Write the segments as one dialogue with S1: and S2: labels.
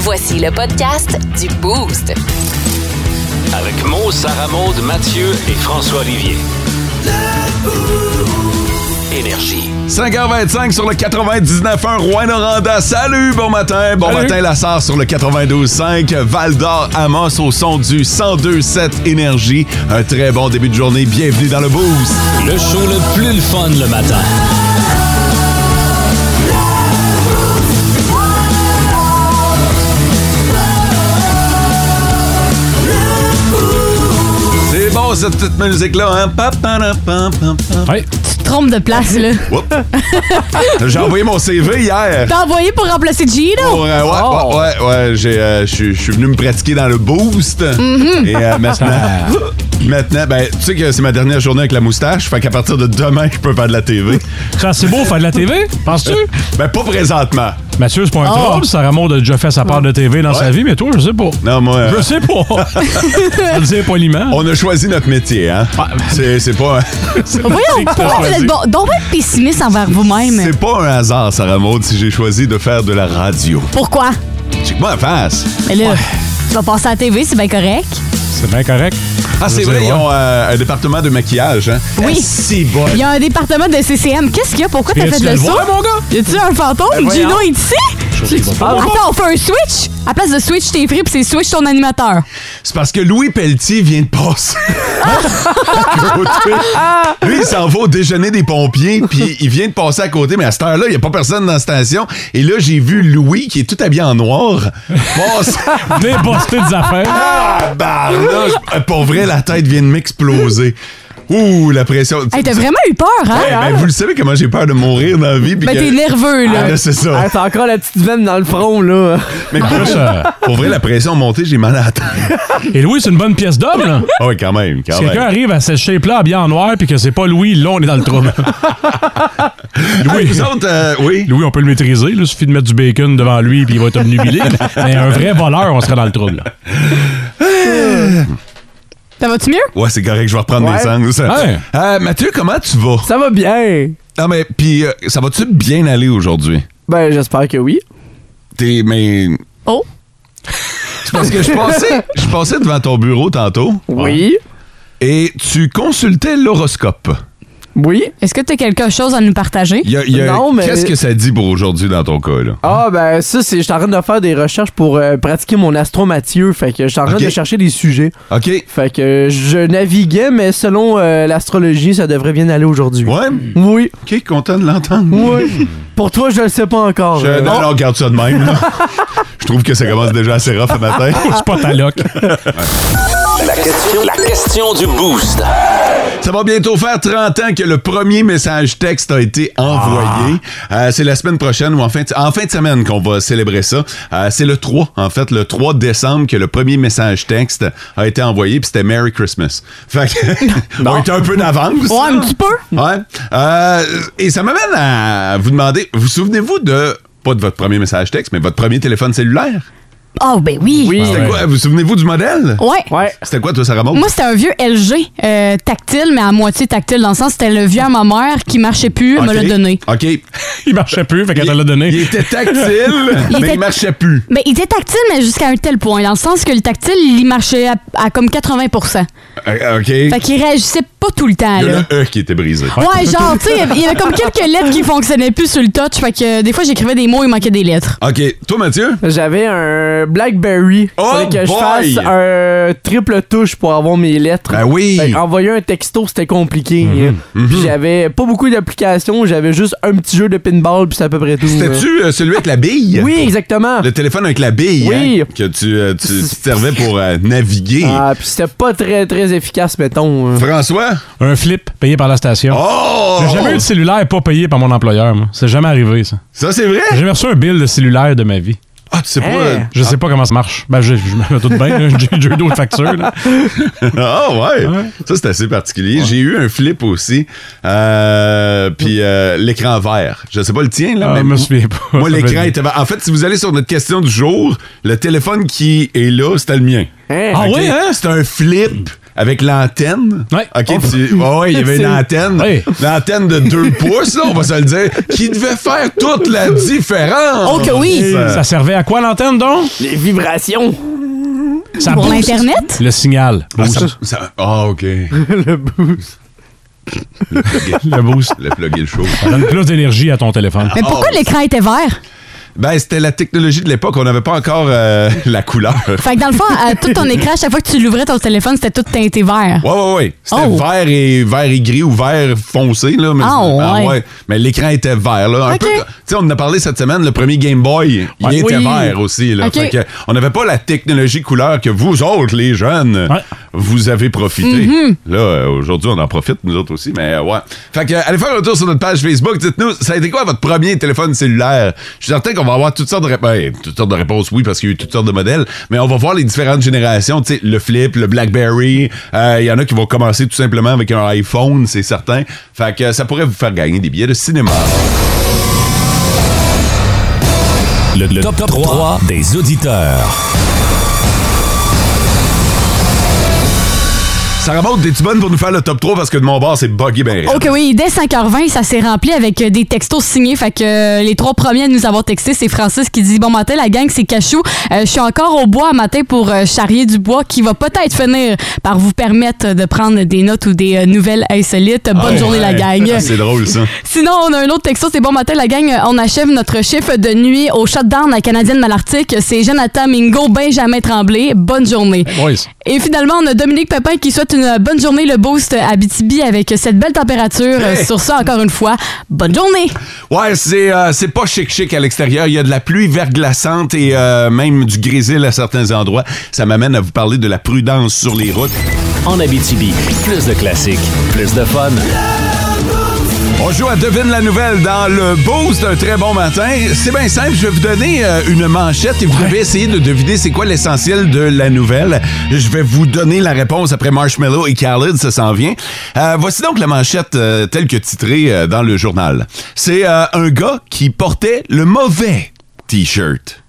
S1: Voici le podcast du Boost.
S2: Avec Mo, Sarah Maud, Mathieu et François Olivier. Énergie.
S3: 5h25 sur le 99.1 Rouen-Noranda. Salut, bon matin. Bon matin, Lassar sur le 92.5. Val d'Or, Amos au son du 102.7 Énergie. Un très bon début de journée. Bienvenue dans le Boost.
S2: Le show le plus le fun le matin.
S3: C'est bon, cette petite musique-là, hein? Pa, pa, da, pa, pa, pa.
S4: Ouais.
S5: Tu te trompes de place, là.
S3: Oups. J'ai envoyé mon CV hier.
S5: T'as envoyé pour remplacer Gino? Oh.
S3: Pour, euh, ouais,
S4: Oh.
S3: ouais, ouais, ouais, j'ai, euh, je suis- je suis venu me pratiquer dans le boost.
S4: Mm-hmm.
S3: Et euh, maintenant, maintenant, ben, tu sais que c'est ma dernière journée avec la moustache, fait qu'à partir de demain, je peux faire de la TV.
S4: Ça, c'est beau faire de la TV, penses-tu?
S3: Ben, pas présentement.
S4: Mathieu, c'est pas
S3: Ah.
S4: un
S5: Oh.
S4: troll. Sarah Maud a déjà fait sa part de TV dans sa vie, mais toi, je sais pas.
S3: Non, moi, euh,
S4: Je sais pas. Je le dis poliment. Ah, ben.
S3: on a choisi notre métier, hein. C'est, c'est pas, c'est pas-
S5: Voyons,
S4: que t'as
S5: pourquoi vous
S4: choisi.
S5: êtes bon? Donc, être pessimiste envers vous-même.
S3: c'est pas un hasard, Sarah Maud, si j'ai choisi de faire de la radio.
S5: Pourquoi?
S3: J'ai que moi en face.
S5: Mais là, tu vas passer à la TV, c'est bien correct.
S4: C'est bien correct.
S3: Ah, c'est
S4: Je veux
S3: vrai,
S4: dire,
S3: ils
S4: ouais.
S3: ont euh, un département de maquillage, hein.
S5: Oui.
S3: Ah, si bon.
S5: Il y a un département de CCM. Qu'est-ce qu'il y a? Pourquoi t'as
S4: Viens-tu
S5: fait
S4: le
S5: le saut?
S4: voir, mon gars?
S5: Y a-tu un
S3: Ben
S5: fantôme?
S4: voyons.
S5: Gino est ici? Ah, Attends, on fait un switch? À place de switch tes fripes, c'est switch ton animateur.
S3: C'est parce que Louis Pelletier vient de passer. À côté.
S5: Ah.
S3: Lui, il s'en va au déjeuner des pompiers, puis il vient de passer à côté, mais à cette heure-là, il n'y a pas personne dans la station. Et là, j'ai vu Louis, qui est tout habillé en noir,
S4: Ah.
S3: passer.
S4: Venez poster des affaires.
S3: Ah, barnouche! Euh, Pour vrai, la tête vient de m'exploser. Ouh, la pression.
S5: Hey, t'as vraiment eu peur, hein?
S3: Ouais, ben, vous le savez comment j'ai peur de mourir dans la vie. puis
S5: Ben,
S3: que-
S5: t'es nerveux,
S3: Ah,
S5: là.
S3: là, c'est ça.
S6: Ah, t'as encore la petite veine dans le front, là.
S3: Mais pour,
S4: plus, euh,
S3: pour vrai, la pression montée, j'ai mal à la tête.
S4: Et Louis, c'est une bonne pièce d'homme, là.
S3: Ah oui, quand même, quand
S4: Si
S3: même.
S4: quelqu'un arrive à cette shape-là, habillé en noir, puis que c'est pas Louis, là, on est dans le trouble.
S3: Ah,
S4: Louis,
S3: vous autres, euh, oui.
S4: Louis, on peut le maîtriser. Il suffit de mettre du bacon devant lui, puis il va être obnubilé. Mais un vrai voleur, on serait dans le trouble.
S5: Ça va-tu mieux?
S3: Ouais, c'est correct, je vais reprendre
S6: Ouais.
S3: mes sangles. ça.
S4: Ouais.
S3: Euh, Mathieu, comment tu vas?
S6: Ça va bien.
S3: Non, mais puis euh, ça va-tu bien aller aujourd'hui?
S6: Ben, j'espère que oui.
S3: T'es. Mais.
S5: Oh!
S3: C'est parce que je passais, je passais devant ton bureau tantôt
S6: Oui.
S3: et tu consultais l'horoscope.
S6: Oui.
S5: Est-ce que t'as quelque chose à nous partager?
S3: Il y a- il y a-
S6: Non, mais-
S3: Qu'est-ce que ça dit pour aujourd'hui dans ton cas, là?
S6: Ah, ben, ça, c'est. Je suis en train de faire des recherches pour euh, pratiquer mon astromathieu. Fait que je suis en train
S3: Ok.
S6: de chercher des sujets.
S3: OK.
S6: Fait que je naviguais, mais selon euh, l'astrologie, ça devrait bien aller aujourd'hui.
S3: Ouais.
S6: Oui.
S3: OK, content de l'entendre.
S6: Oui. Pour toi, je le sais pas encore.
S3: Je,
S6: euh,
S3: non, non, garde ça de même, là. Je trouve que ça commence déjà assez rough le matin.
S4: C'est pas ta loc.
S2: La question, la question du boost.
S3: Ça va bientôt faire 30 ans que le premier message texte a été envoyé.
S5: Ah.
S3: Euh, c'est la semaine prochaine ou en fin de, en fin de semaine qu'on va célébrer ça. Euh, c'est le 3, en fait, le 3 décembre que le premier message texte a été envoyé, puis c'était Merry Christmas. Fait que, on était un peu d'avance.
S5: Ouais, un petit peu.
S3: Ouais. Euh, et ça m'amène à vous demander, vous souvenez-vous de, pas de votre premier message texte, mais votre premier téléphone cellulaire?
S5: Oh, ben oui.
S6: Oui.
S3: C'était
S4: ouais.
S3: quoi? Vous souvenez-vous du modèle?
S5: Ouais.
S6: Ouais.
S3: C'était quoi, toi, Sarah Maud?
S5: Moi, c'était un vieux LG euh, tactile, mais à moitié tactile, dans le sens c'était le vieux à ma mère qui marchait plus, elle me
S3: OK.
S5: l'a donné.
S3: OK.
S4: Il marchait plus, fait qu'elle te
S3: Il-
S4: l'a donné.
S3: Il était tactile,
S5: Il
S3: mais
S5: était-
S3: il marchait plus.
S5: Ben, il était tactile, mais jusqu'à un tel point, dans le sens que le tactile, il marchait à, à comme 80 Fait
S3: Euh, OK. Il
S5: qu'il réagissait pas tout le temps,
S3: y
S5: là.
S3: a le E qui était brisé.
S5: Ouais, genre, tu sais, il y avait comme quelques lettres qui fonctionnaient plus sur le touch, fait que euh, des fois, j'écrivais des mots, il manquait des lettres.
S3: OK. Toi, Mathieu?
S6: J'avais un Blackberry.
S3: Oh
S6: Fallait que
S3: boy!
S6: je fasse un triple touche pour avoir mes lettres.
S3: Ben oui. Mhm,
S6: Fait que envoyer un texto, c'était compliqué. Puis j'avais pas beaucoup d'applications, j'avais juste un petit jeu de pinball, puis c'est à peu près tout. là.
S3: C'était-tu euh, celui avec la bille?
S6: Oui, exactement.
S3: Le téléphone avec la bille,
S6: Oui.
S3: hein, que tu, euh, tu- tu te servais pour euh, naviguer.
S6: Ah, puis c'était pas très, très efficace, mettons. hein.
S3: François?
S4: Un flip payé par la station.
S3: Oh!
S4: J'ai jamais eu de cellulaire pas payé par mon employeur, moi. C'est jamais arrivé, ça.
S3: Ça, c'est
S4: J'ai
S3: vrai?
S4: jamais reçu un bill de cellulaire de ma vie.
S3: Ah, tu sais pas...
S6: Hein?
S3: euh,
S4: Je sais pas comment ça marche. Ben, je, je me mets tout de bain, là. j'ai j'ai eu d'autres factures. là.
S3: Ah ouais.
S4: Ouais.
S3: Ça, c'est assez particulier. J'ai eu un flip aussi. Euh, puis euh, l'écran vert. Je sais pas le tien, là,
S4: Ah,
S3: mais
S4: je me
S3: m-
S4: souviens pas.
S3: Moi,
S4: Ça
S3: l'écran
S4: fait-
S3: était vert. En fait, si vous allez sur notre question du jour, le téléphone qui est là, c'était le mien.
S6: Hein?
S4: Ah
S3: OK?
S4: oui, hein?
S3: C'était un flip avec l'antenne.
S4: Ouais. Oh.
S3: OK, tu- ouais, ouais, il y avait une
S6: C'est-
S3: antenne.
S4: Ouais.
S3: L'antenne de 2 pouces, là, on va se le dire, qui devait faire toute la différence.
S5: Oh que oui!
S4: Ça servait à quoi l'antenne, donc?
S6: Les vibrations.
S4: Ça
S5: Pour
S4: booste
S5: l'Internet?
S4: Le signal.
S3: Ah,
S4: Boost.
S3: ça- ça- ah, OK.
S6: le boost.
S3: Le boost. Le plug et le show.
S4: Ça donne plus d'énergie à ton téléphone.
S5: Mais pourquoi
S3: Oh.
S5: l'écran était vert?
S3: Ben, c'était la technologie de l'époque. On n'avait pas encore euh, la couleur.
S5: Fait que dans le fond, à tout ton écran, à chaque fois que tu l'ouvrais ton téléphone, c'était tout teinté vert.
S3: Ouais, ouais, ouais. C'était
S5: Oh.
S3: vert et vert et gris ou vert foncé, là. Mais, ben,
S5: Ah, ouais.
S3: Mais l'écran était vert, là. Un
S5: Ok.
S3: peu. Tu sais, on en a parlé cette semaine, le premier Game Boy, il
S4: Ouais.
S3: était
S4: Oui.
S3: vert aussi, là.
S5: Ok.
S3: Fait que on n'avait pas la technologie couleur que vous autres, les jeunes,
S4: Ouais.
S3: vous avez profité. Là, euh, aujourd'hui, on en profite, nous autres aussi, mais euh, ouais. Fait que, euh, allez faire un tour sur notre page Facebook. Dites-nous, ça a été quoi votre premier téléphone cellulaire? Je suis certain qu'on va avoir toutes sortes de réponses. toutes sortes de réponses, oui, parce qu'il y a eu toutes sortes de modèles, mais on va voir les différentes générations. Tu sais, le Flip, le Blackberry. euh, Il y en a qui vont commencer tout simplement avec un iPhone, c'est certain. Fait que euh, ça pourrait vous faire gagner des billets de cinéma.
S2: Le, top, 3 des auditeurs.
S3: Sarah Maud, t'es-tu bonne pour nous faire le top 3? Parce que de mon bord, c'est buggy ben raide.
S5: Oh que oui, dès 5h20, ça s'est rempli avec euh, des textos signés. Fait que euh, les trois premiers à nous avoir texté, c'est Francis qui dit Bon matin, la gang, c'est Cachou. Euh, je suis encore au bois à matin pour euh, charrier du bois qui va peut-être finir par vous permettre de prendre des notes ou des euh, nouvelles insolites. Bonne
S3: Ouais.
S5: journée, la gang.
S3: Ah, C'est drôle, ça.
S5: Sinon, on a un autre texto, c'est bon matin, la gang. euh, On achève notre chiffre de nuit au shutdown à Canadienne Malartic. C'est Jonathan Mingo, Benjamin Tremblay. Bonne journée.
S4: Oui.
S5: Et finalement, on a Dominique Pépin qui souhaite une bonne journée, le boost à Bitibi avec cette belle température.
S3: Hey!
S5: Sur ça, encore une fois, bonne journée!
S3: Ouais, c'est euh, c'est pas chic chic à l'extérieur. Il y a de la pluie verglaçante et euh, même du grésil à certains endroits. Ça m'amène à vous parler de la prudence sur les routes.
S2: En Abitibi, plus de classiques, plus de fun.
S3: On joue à Devine la nouvelle dans le boost d'un très bon matin. C'est bien simple, je vais vous donner euh, une manchette et vous devez essayer de deviner c'est quoi l'essentiel de la nouvelle. Je vais vous donner la réponse après Marshmallow et Khalid, ça s'en vient. Euh, voici donc la manchette euh, telle que titrée euh, dans le journal. C'est euh, un gars qui portait le mauvais t-shirt.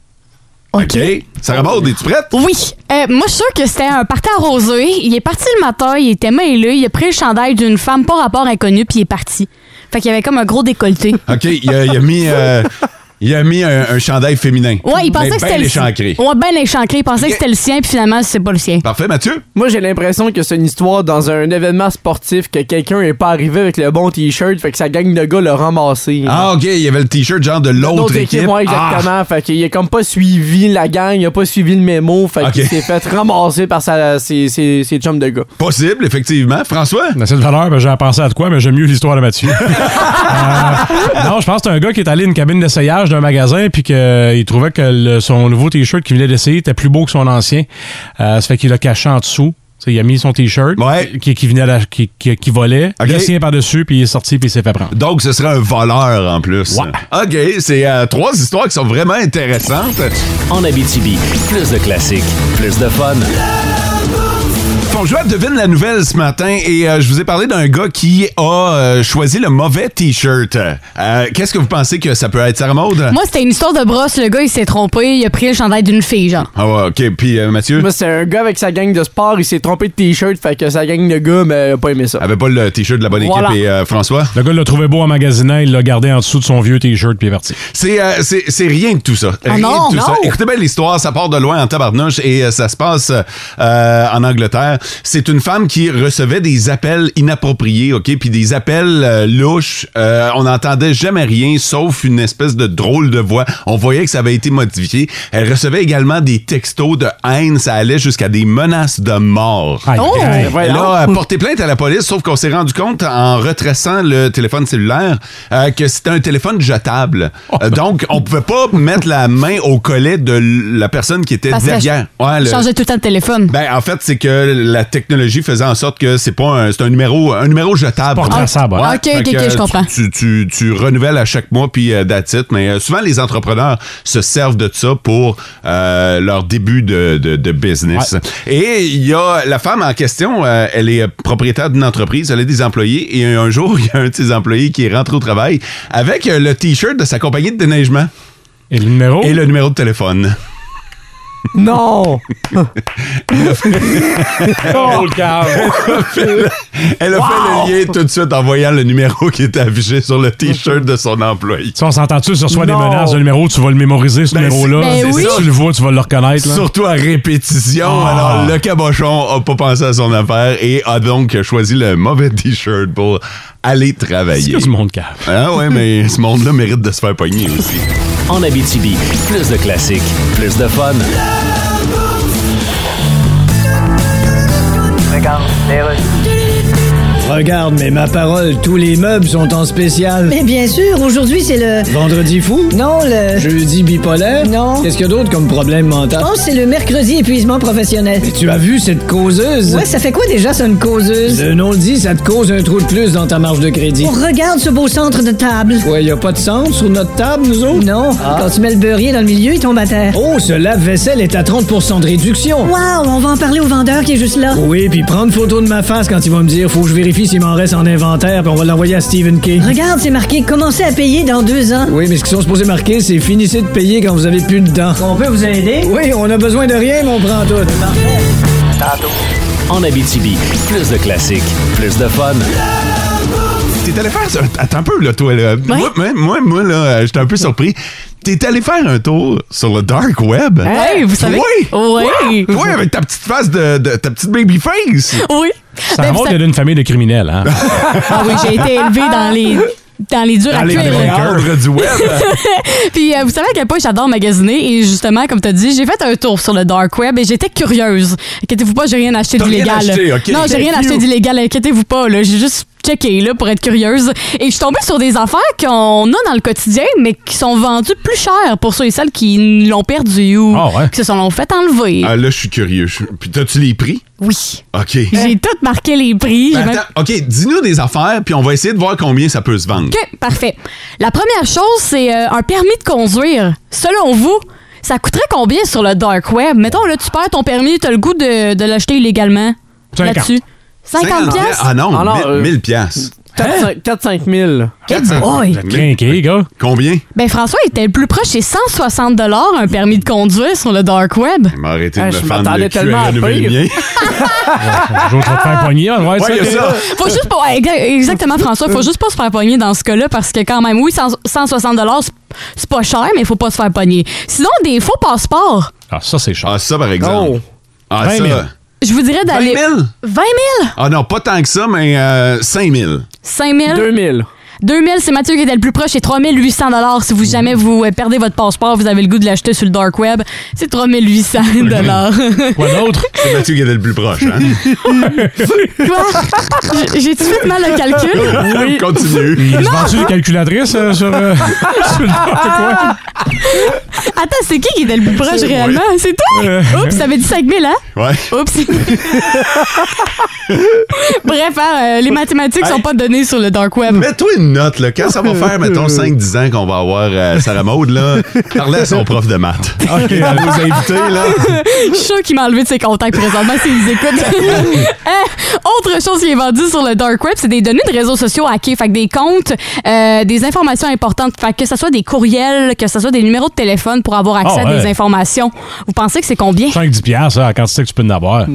S3: OK. Sarah Maud, es-tu prête?
S5: Oui, Euh, moi je suis sûre que c'était un party arrosé. Il est parti le matin, il était mêlé, il a pris le chandail d'une femme pas rapport inconnue, puis il est parti. Fait qu'il y avait comme un gros décolleté.
S3: OK, il a, il a mis, euh, il a mis un, un chandail féminin.
S5: Ouais, il pensait
S3: Mais
S5: que c'était
S3: ben
S5: le
S3: échancré. Bah.
S5: Ouais, ben l'échancré. Il pensait que c'était le sien, puis finalement, c'est pas le sien.
S3: Parfait, Mathieu?
S6: Moi, j'ai l'impression que c'est une histoire dans un événement sportif que quelqu'un est pas arrivé avec le bon t-shirt, fait que sa gang de gars l'a ramassé.
S3: Ah, OK, il y avait le t-shirt genre de l'autre
S6: D'autres
S3: équipe. Ah.
S6: équipes, ouais, exactement. Fait qu'il a comme pas suivi la gang, il a pas suivi le mémo, fait
S3: Ok.
S6: qu'il s'est fait ramasser par sa, ses, ses, ses chums de gars.
S3: Ah, possible, effectivement. François?
S4: Dans cette valeur, ben, j'ai pensé à de quoi, mais j'aime mieux l'histoire de Mathieu. Euh, non, je pense que c'est un gars qui est allé à une cabine d'essayage d'un magasin puis qu'il trouvait que le- son nouveau T-shirt qu'il venait d'essayer était plus beau que son ancien. Euh, ça fait qu'il l'a caché en dessous. Tu sais, il a mis son T-shirt
S3: Ouais.
S4: qui, qui venait d'ach- qui, qui, qui volait,
S3: Ok.
S4: le sien par-dessus, puis il est sorti puis il s'est fait prendre.
S3: Donc, ce serait un voleur en plus.
S4: Ouais.
S3: OK, c'est euh, trois histoires qui sont vraiment intéressantes.
S2: En Abitibi, plus de classiques, plus de fun.
S3: Bon, je vais à devine la nouvelle ce matin et euh, je vous ai parlé d'un gars qui a euh, choisi le mauvais t-shirt. Euh, Qu'est-ce que vous pensez que ça peut être, Sarah Maud?
S5: Moi, c'était une histoire de brosse. Le gars, il s'est trompé, il a pris le chandail d'une fille, genre.
S3: Ah ouais, OK. Puis euh, Mathieu?
S6: Moi, c'est un gars avec sa gang de sport, il s'est trompé de t-shirt, fait que sa gang de gars, mais il a pas aimé ça.
S3: Avait pas le t-shirt de la bonne équipe
S6: Voilà.
S3: et euh, François?
S4: Le gars l'a trouvé beau en magasinant, il l'a gardé en dessous de son vieux T-shirt puis il est parti.
S3: C'est, euh, c'est, c'est rien de tout ça. Rien
S5: Ah non,
S3: de tout
S5: non.
S3: ça. Écoutez bien l'histoire, ça part de loin en tabarnouche et euh, ça se passe euh, en Angleterre. C'est une femme qui recevait des appels inappropriés, OK, puis des appels euh, louches. Euh, on n'entendait jamais rien sauf une espèce de drôle de voix. On voyait que ça avait été modifié. Elle recevait également des textos de haine, ça allait jusqu'à des menaces de mort.
S4: Aïe,
S5: Oh!
S4: aïe.
S6: Ouais,
S3: Elle
S6: non.
S3: a euh, porté plainte à la police, sauf qu'on s'est rendu compte en retraçant le téléphone cellulaire euh, que c'était un téléphone jetable.
S5: Oh.
S3: Euh, donc, on pouvait pas mettre la main au collet de l- la personne qui était
S5: Parce que
S3: derrière. Ouais, le-
S5: Changeait tout le temps de téléphone.
S3: Ben, en fait, c'est que la technologie faisait en sorte que c'est pas un, c'est un numéro, un numéro jetable. Ah,
S4: Pas retraçable, ouais.
S5: Ok, ok,
S3: Fait que
S5: ok, je
S3: tu-
S5: comprends.
S3: Tu, tu, tu renouvelles à chaque mois, puis euh, that's it. Mais euh, souvent, les entrepreneurs se servent de ça pour euh, leur début de, de, de business. Et il y a la femme en question, euh, elle est propriétaire d'une entreprise, elle a des employés, et un jour, il y a un de ses employés qui est rentré au travail avec euh, le T-shirt de sa compagnie de déneigement
S4: Et le numéro?
S3: et le numéro de téléphone.
S6: Non!
S4: Oh, le cave.
S3: Elle a fait le lien tout de suite en voyant le numéro qui était affiché sur le T-shirt de son employé.
S4: Si on s'entend-tu sur soit des
S6: Non.
S4: menaces de numéro, tu vas le mémoriser, ce
S3: Ben,
S4: numéro-là.
S5: c'est- Ben
S4: Si
S5: oui.
S4: tu le vois, tu vas le reconnaître. là.
S3: Surtout à répétition.
S4: Ah.
S3: Alors, le cabochon a pas pensé à son affaire et a donc choisi le mauvais T-shirt pour aller
S4: C'est
S3: travailler.
S4: que du monde cave.
S3: Ah ouais, mais ce monde-là mérite de se faire pogner aussi.
S2: En Abitibi, plus de classiques, plus de fun.
S7: Regarde, mais ma parole, tous les meubles sont en spécial.
S8: Mais bien sûr, aujourd'hui c'est le.
S7: Vendredi fou?
S8: Non, le.
S7: Jeudi bipolaire?
S8: Non. Oh,
S7: Qu'est-ce qu'il y a d'autre comme problème mental?
S8: Je pense que c'est le mercredi épuisement professionnel.
S7: Mais tu as vu cette causeuse?
S8: Ouais, ça fait quoi déjà, ça, une causeuse?
S7: De non-dit, ça te cause un trou de plus dans ta marge de crédit.
S8: On regarde ce beau centre de table.
S7: Quoi, y a pas de centre sur notre table, nous autres? Ah.
S8: Non, quand tu mets le beurrier dans le milieu, il tombe à terre.
S7: Oh, ce lave-vaisselle est à 30 de réduction.
S8: Waouh, on va en parler au vendeur qui est juste là.
S7: Oui, puis prendre photo de ma face quand il va me dire faut que je vérifie s'il m'en reste en inventaire, puis on va l'envoyer à Stephen King.
S8: Regarde, c'est marqué commencez à payer dans deux ans.
S7: Oui, mais ce qu'ils sont supposés marquer, c'est finissez de payer quand vous avez plus de dents.
S8: On peut vous aider?
S7: Oui, on a besoin de rien, mais on prend tout.
S2: En Abitibi, plus de classiques, plus de fun.
S3: T'es allé faire. un- Attends un peu, là, toi. Là. Moi, moi- moi, moi, là, euh, j'étais un peu surpris. T'es allé faire un tour sur le dark web.
S5: Hey, vous savez?
S3: Oui!
S5: Oui!
S3: Toi, avec ta petite face de, de- ta petite baby face.
S5: Oui.
S4: Ça
S5: Ben, vous
S4: montre
S5: savez-
S4: d'une famille de criminels. Hein?
S5: Ah oui, j'ai été élevée dans les dans les durs à
S3: Allez,
S5: cuire. là.
S3: du web.
S5: Puis euh, vous savez à quel point j'adore magasiner et justement, comme tu as dit, j'ai fait un tour sur le dark web et j'étais curieuse. Inquiétez-vous pas, j'ai rien acheté
S3: T'as rien
S5: d'illégal.
S3: acheté, ok.
S5: Non, j'ai rien
S3: Thank
S5: acheté
S3: you.
S5: d'illégal, inquiétez-vous pas. là. J'ai juste checké là, pour être curieuse. Et je suis tombée sur des affaires qu'on a dans le quotidien, mais qui sont vendues plus cher pour ceux et celles qui l'ont perdu ou
S4: Ah ouais.
S5: qui se sont l'ont fait enlever.
S3: Ah, là, je suis curieux. Je- Puis, t'as-tu les prix?
S5: Oui.
S3: OK.
S5: J'ai tout marqué les prix. j'ai
S3: Ben,
S5: même-
S3: attends, OK, dis-nous des affaires, puis on va essayer de voir combien ça peut se vendre.
S5: OK, parfait. La première chose, c'est euh, un permis de conduire. Selon vous, ça coûterait combien sur le dark web? Mettons, là, tu perds ton permis, t'as le goût de, de l'acheter illégalement.
S4: 50.
S5: Là-dessus. 50 piastres? Hein?
S3: Ah non,
S6: Ah non,
S3: 1000
S6: euh,
S3: 1000 piastres.
S6: 4-5 000.
S3: 400.
S5: Oh, oui.
S4: Vous êtes crinqués, gars.
S3: Combien?
S5: Ben, François était le plus proche, c'est 160 un permis de conduire sur le dark web.
S3: Il m'a arrêté de
S6: Ah,
S3: me
S6: je
S3: fendre le
S6: m'attendais
S3: cul à
S6: tellement à
S3: renouveler le
S6: pire.
S3: mien.
S4: Un jour, tu vas te faire pogner. On va voir
S3: Ouais, il y a
S4: ça.
S3: ça.
S5: Faut juste pas. ouais, exa- Exactement, François. Faut juste pas se faire pogner dans ce cas-là parce que, quand même, oui, 100 160 c'est- c'est pas cher, mais faut pas se faire pogner. Sinon, des faux passeports.
S4: Ah, ça, c'est cher.
S3: Ah, ça, par exemple.
S6: Oh.
S3: Ah,
S4: 20 000.
S3: ça.
S5: Je vous dirais
S3: 20
S5: d'aller.
S3: 000?
S5: 20 000?
S3: Ah non, pas tant que ça, mais euh, 5 000.
S5: 5 000?
S6: 2 000.
S5: 2000, c'est Mathieu qui était le plus proche, c'est 3800 dollars. Si vous jamais vous euh, perdez votre passeport, vous avez le goût de l'acheter sur le dark web, c'est 3800 dollars.
S4: Quoi d'autre?
S3: C'est Mathieu qui était le plus proche. Hein?
S5: Quoi J- J'ai tout fait mal le calcul.
S3: Continue.
S4: Ils se vendent-tu des calculatrices euh, sur, euh, sur le dark
S5: Attends, c'est qui qui était le plus proche
S3: C'est moi.
S5: réellement C'est toi
S4: web? Euh,
S5: Oups, ça avait dit 5000 hein
S3: Ouais.
S5: Oups. Bref, hein, euh, les mathématiques sont pas données sur le dark web.
S3: Mets-toi une note, là. Quand ça va faire, mettons, 5-10 ans qu'on va avoir euh, Sarah Maud, là, parlez à son prof de maths.
S4: OK,
S3: Et à nos invités, là.
S5: Je suis sûre qu'il m'a enlevé de ses contacts présentement s'il nous écoute. Hein? Autre chose qui est vendue sur le dark web, c'est des données de réseaux sociaux hackées. Fait que des comptes, euh, des informations importantes. Fait que ce soit des courriels, que ce soit des numéros de téléphone pour avoir accès
S4: Ah ouais.
S5: à des informations. Vous pensez que c'est combien?
S4: 5-10 piastres, hein, la quantité que tu peux en avoir.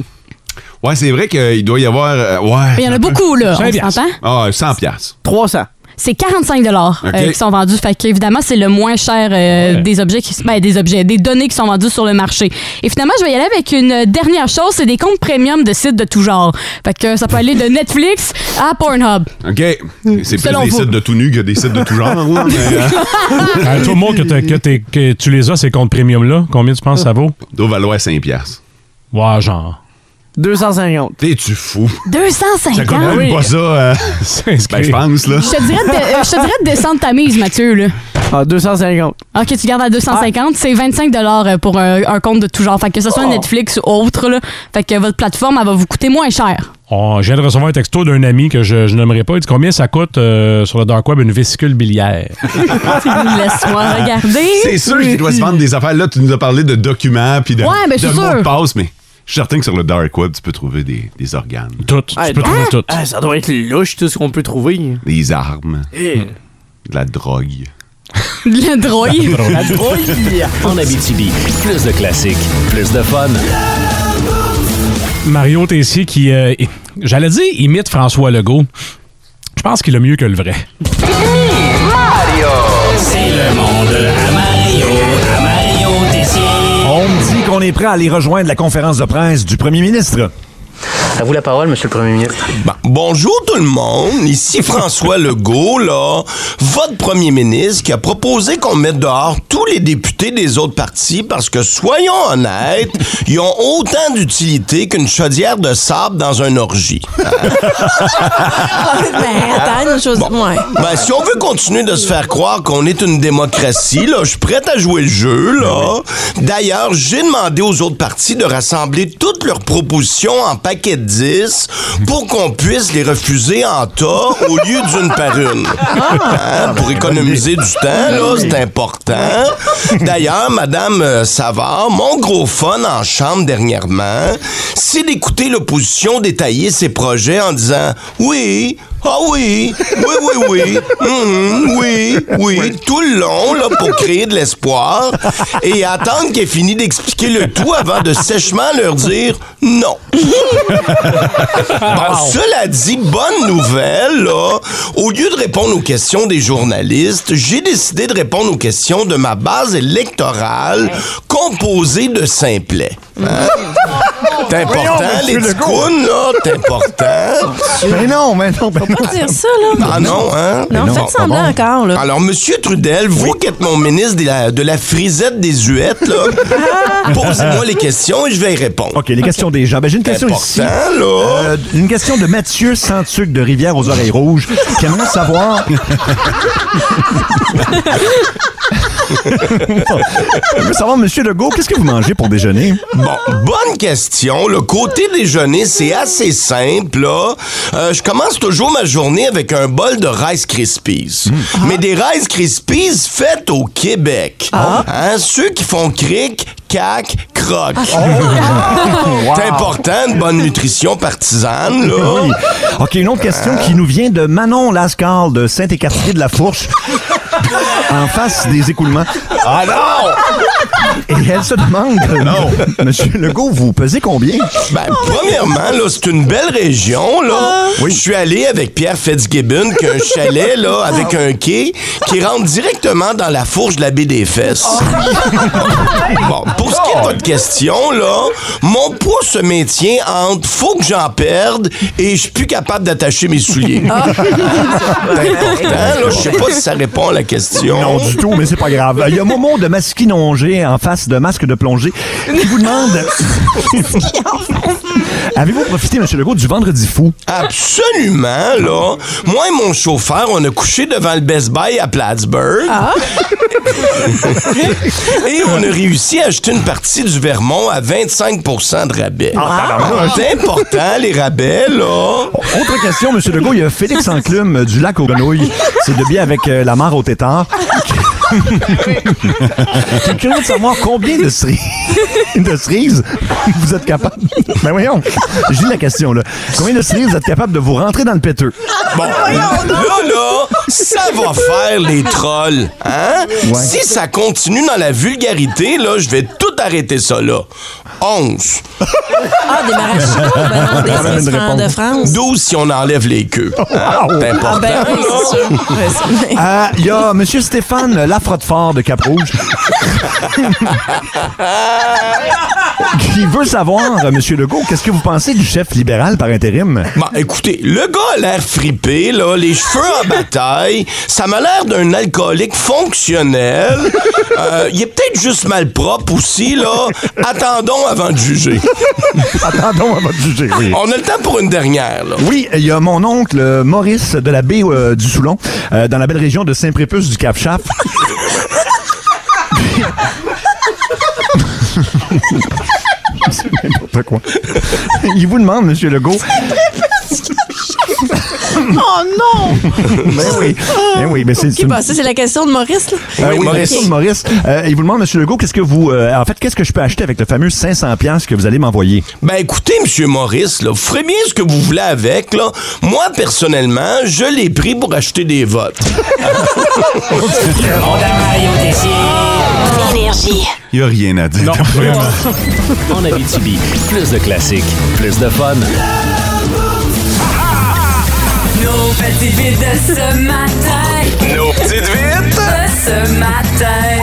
S3: Ouais, c'est vrai qu'il doit y avoir. euh, ouais.
S5: Il y en a beaucoup, là.
S4: Cinq
S5: On
S4: piastres.
S5: s'entend?
S3: Ah, 100 piastres.
S6: 300.
S5: C'est 45 dollars euh,
S3: OK.
S5: qui sont vendus. Fait que, évidemment, c'est le moins cher euh,
S4: Ouais.
S5: des objets, qui, ben, des objets, des données qui sont vendues sur le marché. Et finalement, je vais y aller avec une dernière chose, c'est des comptes premium de sites de tout genre. Fait que ça peut aller de Netflix à Pornhub.
S3: OK.
S4: Hmm.
S3: C'est plus
S5: Selon
S3: des
S5: vous.
S3: sites de tout nu que des sites de tout genre, là. Mais, euh,
S4: À tout le monde que, t'as- que t'es- que tu les as, ces comptes premium-là, combien tu penses que ça vaut?
S3: doit valoir 5 piastres.
S4: Ouais, genre.
S6: 250.
S3: T'es-tu fou? Ça
S5: 250.
S3: coûte même pas ça. euh,
S4: C'est
S3: ben, je pense, là.
S5: Ah Je te dirais de, euh, je te dirais de descendre ta mise, Mathieu. Là.
S6: Ah, 250.
S5: OK, tu gardes à 250. C'est 25 dollars euh, pour un, un compte de tout genre. Fait que ce soit Netflix ou autre, là, fait que votre plateforme, elle va vous coûter moins cher.
S4: On, je viens de recevoir un texto d'un ami que je, je nommerai pas. Il dit combien ça coûte euh, sur le dark web une vesicule biliaire.
S5: Laisse-moi
S3: Ah, C'est
S5: regarder.
S3: sûr qu'il doit se vendre des affaires. Là, tu nous as parlé de documents puis de,
S5: Ouais, ben,
S3: de
S5: c'est
S3: mots
S5: sûr.
S3: de passe, mais je suis certain que sur le dark web, tu peux trouver des, des organes,
S4: Tout. Tu
S6: Hey,
S4: peux
S6: bah-
S4: trouver tout. Hmm.
S6: Ah, ça doit être louche tout ce qu'on peut trouver.
S3: des armes,
S6: Eh.
S3: de la drogue.
S5: Le droïde.
S4: Drôle.
S6: Drôle.
S2: En Abitibi, plus de classiques, plus de fun.
S4: Mario Tessier qui, euh, i- j'allais dire, imite François Legault. Je pense qu'il a mieux que le vrai.
S9: On me dit qu'on est prêt à aller rejoindre la conférence de presse du premier ministre.
S10: À vous la parole, Monsieur le Premier ministre.
S11: Bah, Bonjour tout le monde, ici François Legault, là, votre premier ministre qui a proposé qu'on mette dehors tous les députés des autres partis parce que, soyons honnêtes, ils ont autant d'utilité qu'une chaudière de sable dans un orgie. Ben, si on veut continuer de se faire croire qu'on est une démocratie, là, je suis prête à jouer le jeu, là. D'ailleurs, j'ai demandé aux autres partis de rassembler toutes leurs propositions en paquet de 10 pour qu'on puisse les refuser en tas au lieu d'une par une. Hein, Pour économiser du temps, là, c'est important. Hein? D'ailleurs, Madame euh, Savard, mon gros fun en chambre dernièrement, c'est d'écouter l'opposition détailler ses projets en disant « Oui, ah oui, oui, oui, oui, Mhm, oui, oui, tout le long, là, pour créer de l'espoir et attendre qu'elle finisse d'expliquer le tout avant de sèchement leur dire non. Bon, cela dit, bonne nouvelle, là. Au lieu de répondre aux questions des journalistes, j'ai décidé de répondre aux questions de ma base électorale composée de simplets. Hein? T'es important, les ticounes, là, t'es important.
S9: Mais non, mais non, ben non.
S12: dire ça, là.
S11: Ah non, hein?
S12: Non, faites semblant encore, là.
S11: Alors, Monsieur Trudel, vous qui êtes mon ministre de la, de la frisette des huettes,
S12: Ah.
S11: là, posez-moi les questions et je vais y répondre.
S9: OK, les questions des gens. Ben, j'ai une question
S11: Important,
S9: ici.
S11: là.
S9: Euh, une question de Mathieu Santuc de Rivière aux Oreilles Rouges. Qui aimerait savoir. Je veux savoir, Monsieur Legault, qu'est-ce que vous mangez pour déjeuner?
S11: Bon, bonne question. Le côté déjeuner, c'est assez simple. Là. Euh, je commence toujours ma journée avec un bol de Rice Krispies. Mais des Rice Krispies faites au Québec. Hein, ceux qui font cric, cac, croc. C'est important, une bonne nutrition partisane. Là.
S9: Oui. OK, une autre question qui nous vient de Manon Lascar de Saint-Écartier de la Fourche. En face des écoulements.
S11: Ah non!
S9: Et elle se demande,
S3: Non.
S9: Monsieur Legault, vous pesez combien?
S11: Ben, premièrement, là, c'est une belle région, là. Je suis allé avec Pierre Fitzgibbon, qui a un chalet, là, avec un quai, qui rentre directement dans la fourche de la baie des fesses. Bon, pour ce qui est de votre question, là, mon poids se maintient entre faut que j'en perde et je suis plus capable d'attacher mes souliers. C'est important, là. Je sais pas si ça répond à la question.
S9: Non, du tout, mais c'est pas grave. Il y a Momo de Masquinongé en face de Masque de Plongée qui vous demande... Avez-vous profité, Monsieur Legault, du Vendredi fou?
S11: Absolument, là. Moi et mon chauffeur, on a couché devant le Best Buy à Plattsburgh. et on a réussi à acheter une partie du Vermont à 25 de rabais. Ah. C'est important, les rabais, là.
S9: Autre question, Monsieur Legault, il y a Félix Enclume euh, du lac aux grenouilles. C'est de bien avec euh, la mare au tétard. Je suis curieux de savoir combien de cerises, de cerises vous êtes capable. Ben voyons, je lis la question là. Combien de cerises vous êtes capable de vous rentrer dans le péteux?
S11: Bon, ben, là, là, ça va faire les trolls, hein? Si ça continue dans la vulgarité, là, je vais tout arrêter ça, là. 11.
S12: Ah, des maraîchers, ben non,
S11: Ah,
S12: des
S9: même une
S12: six francs de
S9: réponse.
S12: France.
S11: 12 si on enlève les queues. Hein? C'est important.
S12: Ah ben oui, c'est sûr. Ouais, c'est-
S9: Ah, Il y a Monsieur Stéphane Lafrottefort de Cap-Rouge. qui veut savoir, euh, Monsieur Legault, qu'est-ce que vous pensez du chef libéral par intérim?
S11: Bon, Ah, écoutez, le gars a l'air fripé, là, les cheveux en bataille. Ça m'a l'air d'un alcoolique fonctionnel. Euh, il est peut-être juste mal propre aussi, là. Attendons avant de juger.
S9: Attendons avant de juger. oui.
S11: On a le temps pour une dernière, là.
S9: Oui, il y a mon oncle euh, Maurice de la baie euh, du Soulon, euh, dans la belle région de Saint-Prépuce du Cap-Chaf. C'est n'importe quoi. Il vous demande, Monsieur Legault.
S12: oh non!
S9: Mais Ben oui. Mais oui, mais c'est
S12: Ok,
S9: une-
S12: bah, ça, c'est la question de Maurice, là.
S9: Ah oui, Maurice.
S12: Ok.
S9: Maurice. Euh, il vous demande, M. Legault, qu'est-ce que vous. euh, en fait, qu'est-ce que je peux acheter avec le fameux 500$ piastres que vous allez m'envoyer?
S11: Ben écoutez, Monsieur Maurice, là, vous ferez bien ce que vous voulez avec. Là. Moi, personnellement, je l'ai pris pour acheter des votes.
S13: Le monde à Mario Tessier. Énergie.
S3: Il n'y a rien à dire. Vraiment.
S2: En Abitibi, plus de classiques, plus de fun.
S13: Nos petites vites de ce matin.
S2: Nos petites vites
S13: de ce matin.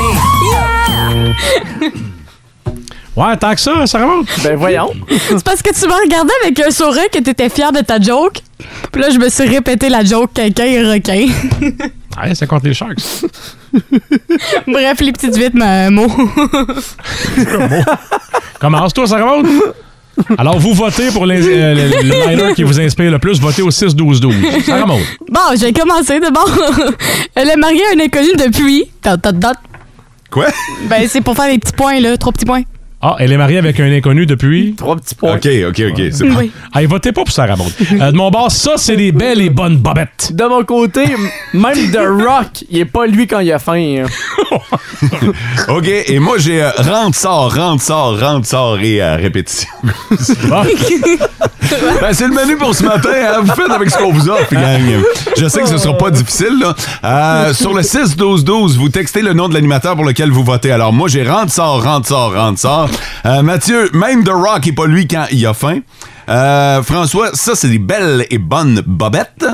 S4: Ouais, tant que ça, ça remonte.
S6: Ben voyons.
S5: C'est parce que tu m'as regardé avec un sourire que t'étais fier de ta joke. Puis là, je me suis répété la joke quelqu'un est requin.
S4: Ouais, ça compte les Sharks.
S5: Bref, les petites vites, ma mot.
S4: Commence-toi, ça remonte. Alors, vous votez pour les- euh, le, le liner qui vous inspire le plus. Votez au 6-12-12. Ça remonte.
S5: Bon, j'ai commencé de bon. Elle est mariée à un inconnu depuis. Dot, dot, dot.
S3: Quoi?
S5: Ben, c'est pour faire les petits points, là. Trois petits points.
S4: Ah, elle est mariée avec un inconnu depuis. Ah,
S6: Trois petits points.
S3: OK, OK, OK. c'est bon.
S5: Oui.
S4: Allez, votez pas pour Sarah Maud. Euh, de mon bord, ça, c'est des belles et bonnes bobettes.
S6: De mon côté, m- même The Rock, il est pas lui quand il a faim. hein.
S3: OK, et moi, j'ai euh, rentre, sort, rentre, sort, rentre, sort et euh, répétition.
S4: Bon.
S3: Ben, c'est le menu pour ce matin. hein. Vous faites avec ce qu'on vous offre, gang. Je sais que ce sera pas difficile. Là. Euh, sur le 6-12-12, vous textez le nom de l'animateur pour lequel vous votez. Alors, moi, j'ai rentre, sort, rentre, sort, rentre, sort. Euh, Mathieu, même The Rock n'est pas lui quand il a faim. Euh, François, ça, c'est des belles et bonnes bobettes.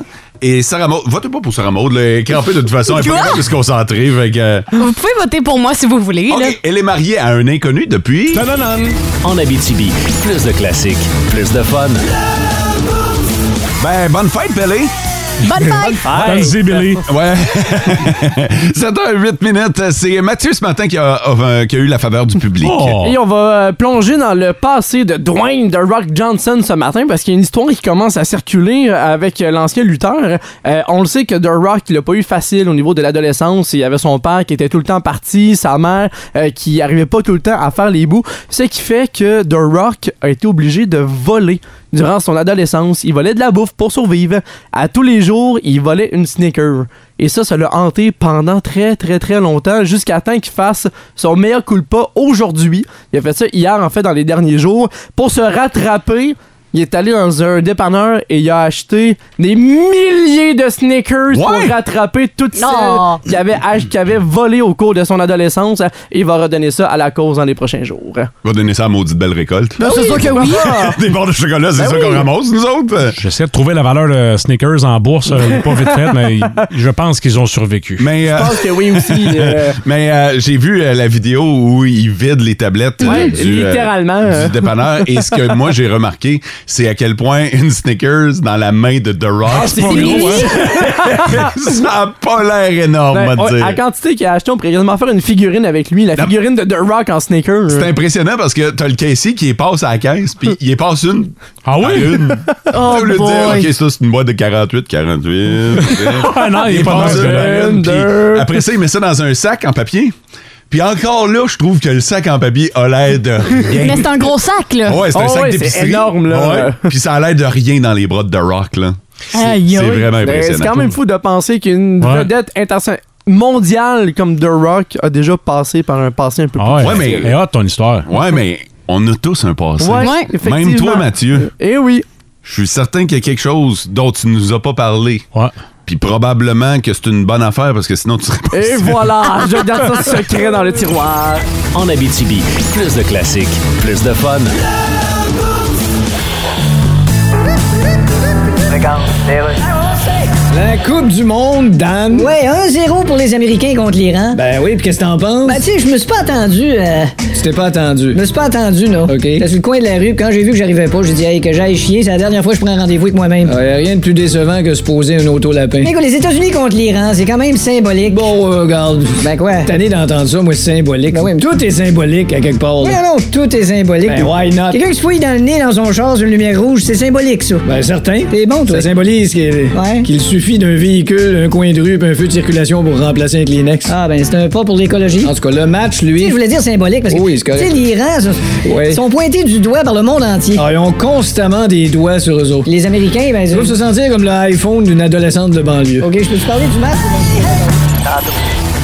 S3: Et Sarah Maud, votez pas pour Sarah Maud. là. Elle est crampée de toute façon. Elle est pas
S5: Quoi?
S3: capable de se concentrer. Fait que... euh,
S5: Vous pouvez voter pour moi si vous voulez, là.
S3: Elle est mariée à un inconnu depuis...
S2: En Abitibi, plus de classiques, plus de fun.
S3: Ben, bonne fête, Pelé!
S5: Bonne fête!
S4: Bonne zébélé.
S3: Ouais. 7h08 minutes. C'est Mathieu ce matin qui a, euh, qui a eu la faveur du public.
S4: Oh.
S6: Et on va euh, plonger dans le passé de Dwayne The Rock Johnson ce matin parce qu'il y a une histoire qui commence à circuler avec euh, l'ancien lutteur. Euh, on le sait que The Rock, il a pas eu facile au niveau de l'adolescence. Il avait son père qui était tout le temps parti, sa mère euh, qui arrivait pas tout le temps à faire les bouts. Ce qui fait que The Rock a été obligé de voler durant son adolescence. Il volait de la bouffe pour survivre. À tous les jours, il volait une sneaker. Et ça, ça l'a hanté pendant très, très, très longtemps, jusqu'à temps qu'il fasse son meilleur coup de pas aujourd'hui. Il a fait ça hier, en fait, dans les derniers jours. Pour se rattraper, il est allé dans un dépanneur et il a acheté des milliers de sneakers
S13: Ouais.
S6: pour rattraper toutes
S13: Non.
S6: celles qu'il avait, ach- qu'il avait volées au cours de son adolescence. Il va redonner ça à la cause dans les prochains jours.
S3: On va donner ça à maudite belle récolte.
S6: Ben, c'est Oui, sûr que oui.
S3: Des barres de chocolat,
S6: Ben
S8: Ben
S3: c'est ça qu'on ramasse, nous autres.
S4: J'essaie de trouver la valeur de sneakers en bourse. euh, pas vite fait, mais je pense qu'ils ont survécu.
S3: Mais, euh,
S6: que oui aussi. euh.
S3: Mais euh, j'ai vu euh, la vidéo où il vide les tablettes euh,
S6: Ouais,
S3: du, euh,
S6: littéralement,
S3: du
S6: euh.
S3: dépanneur. Et ce que moi j'ai remarqué, c'est à quel point une sneakers dans la main de The Rock.
S6: Ah, c'est pas gros, hein?
S3: ça a pas l'air énorme,
S6: Ben,
S3: Oh, on va
S6: on-
S3: dire.
S6: à la quantité qu'il a acheté, on pourrait quasiment faire une figurine avec lui, la figurine de The Rock en sneaker.
S3: C'est impressionnant parce que t'as le caissier qui y passe à la caisse, puis il y passe une. Ah oui? Une.
S6: Oh
S3: Tu peux le
S6: boy.
S3: dire, OK, ça, c'est une boîte de 48, 48.
S4: Ah non, il est pas
S3: passe
S4: dans ce
S3: une
S4: gars-là.
S3: une, puis
S4: Deux.
S3: Après ça, il met ça dans un sac en papier. Puis encore là, je trouve que le sac en papier a l'air de rien.
S5: Mais c'est un gros sac, là.
S3: Ouais,
S8: Oh,
S3: c'est un sac d'épicerie. Ouais. Puis ça a l'air de rien dans les bras de The Rock, là. C'est
S6: Aïe,
S3: c'est
S6: aïe.
S3: vraiment
S6: Mais
S3: impressionnant.
S6: Ben, C'est quand même fou de penser qu'une
S3: Ouais.
S6: vedette internationale mondiale comme The Rock a déjà passé par un passé un peu plus
S3: ouais,
S6: difficile.
S3: mais.
S4: ton histoire.
S3: Ouais, mais on a tous un passé.
S6: Ouais, Ouais, effectivement.
S3: Même toi, Mathieu.
S6: Eh oui.
S3: Je suis certain qu'il y a quelque chose dont tu nous as pas parlé. Ouais. Puis probablement que c'est une bonne affaire parce que sinon tu serais pas.
S6: Et voilà, je garde ça secret dans le tiroir.
S2: En Abitibi, plus de classiques, plus de fun.
S7: La Coupe du Monde, Dan.
S8: Ouais, 1-0 pour les Américains contre l'Iran.
S7: Ben oui, puis qu'est-ce que t'en penses?
S8: Ben, tu sais, je me suis pas attendu. euh,
S7: Tu t'es pas attendu.
S8: Je me suis pas attendu, non. OK. J'étais sur le coin de la rue, puis quand j'ai vu que j'arrivais pas, j'ai dit, hey, que j'aille chier, c'est la dernière fois que je prends un rendez-vous avec moi-même.
S7: Ah, y a rien de plus décevant que se poser un auto-lapin.
S8: Mais quoi, les États-Unis contre l'Iran, c'est quand même symbolique.
S7: Bon, euh, regarde.
S8: Ben quoi? Ben
S7: Tanné d'entendre ça, moi, c'est symbolique. Tout est symbolique à quelque part.
S8: Non,
S7: là.
S8: non, non, tout est symbolique.
S7: Ben, why not?
S8: Quelqu'un qui se fouille dans le nez dans son char sur une lumière rouge, c'est symbolique, ça.
S7: Ben, certain.
S8: T'es bon, toi.
S7: Ça symbolise qu'il qu'il suffit d'un véhicule, un coin de rue, puis un feu de circulation pour remplacer un Kleenex.
S8: Ah, ben, c'est un pas pour l'écologie.
S7: En tout cas, le match,
S8: Tu sais,
S7: lui.
S8: je voulais dire symbolique parce que oui, c'est
S7: correct.
S8: Tu sais, l'Iran, ça, ils sont pointés du doigt par le monde entier.
S7: Ah, ils ont constamment des doigts sur eux autres.
S8: Les Américains, ben...
S7: Ils doivent se sentir comme le iPhone d'une adolescente de banlieue.
S8: OK, je peux te parler du masque?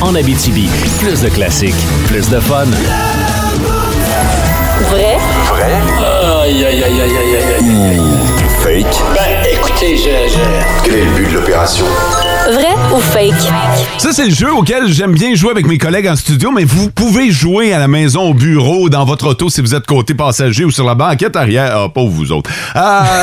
S2: En Abitibi, plus de classiques, plus de fun.
S13: Vrai?
S2: Vrai?
S13: Aïe, aïe, aïe, aïe, aïe, aïe, aïe.
S2: Mmh. Fake.
S13: Ben, écoutez, je. je-
S2: Quel est le but de l'opération?
S13: Vrai ou fake?
S3: Ça, c'est le jeu auquel j'aime bien jouer avec mes collègues en studio, mais vous pouvez jouer à la maison, au bureau, dans votre auto si vous êtes côté passager ou sur la banquette arrière. Ah, pauvre vous autres. Euh,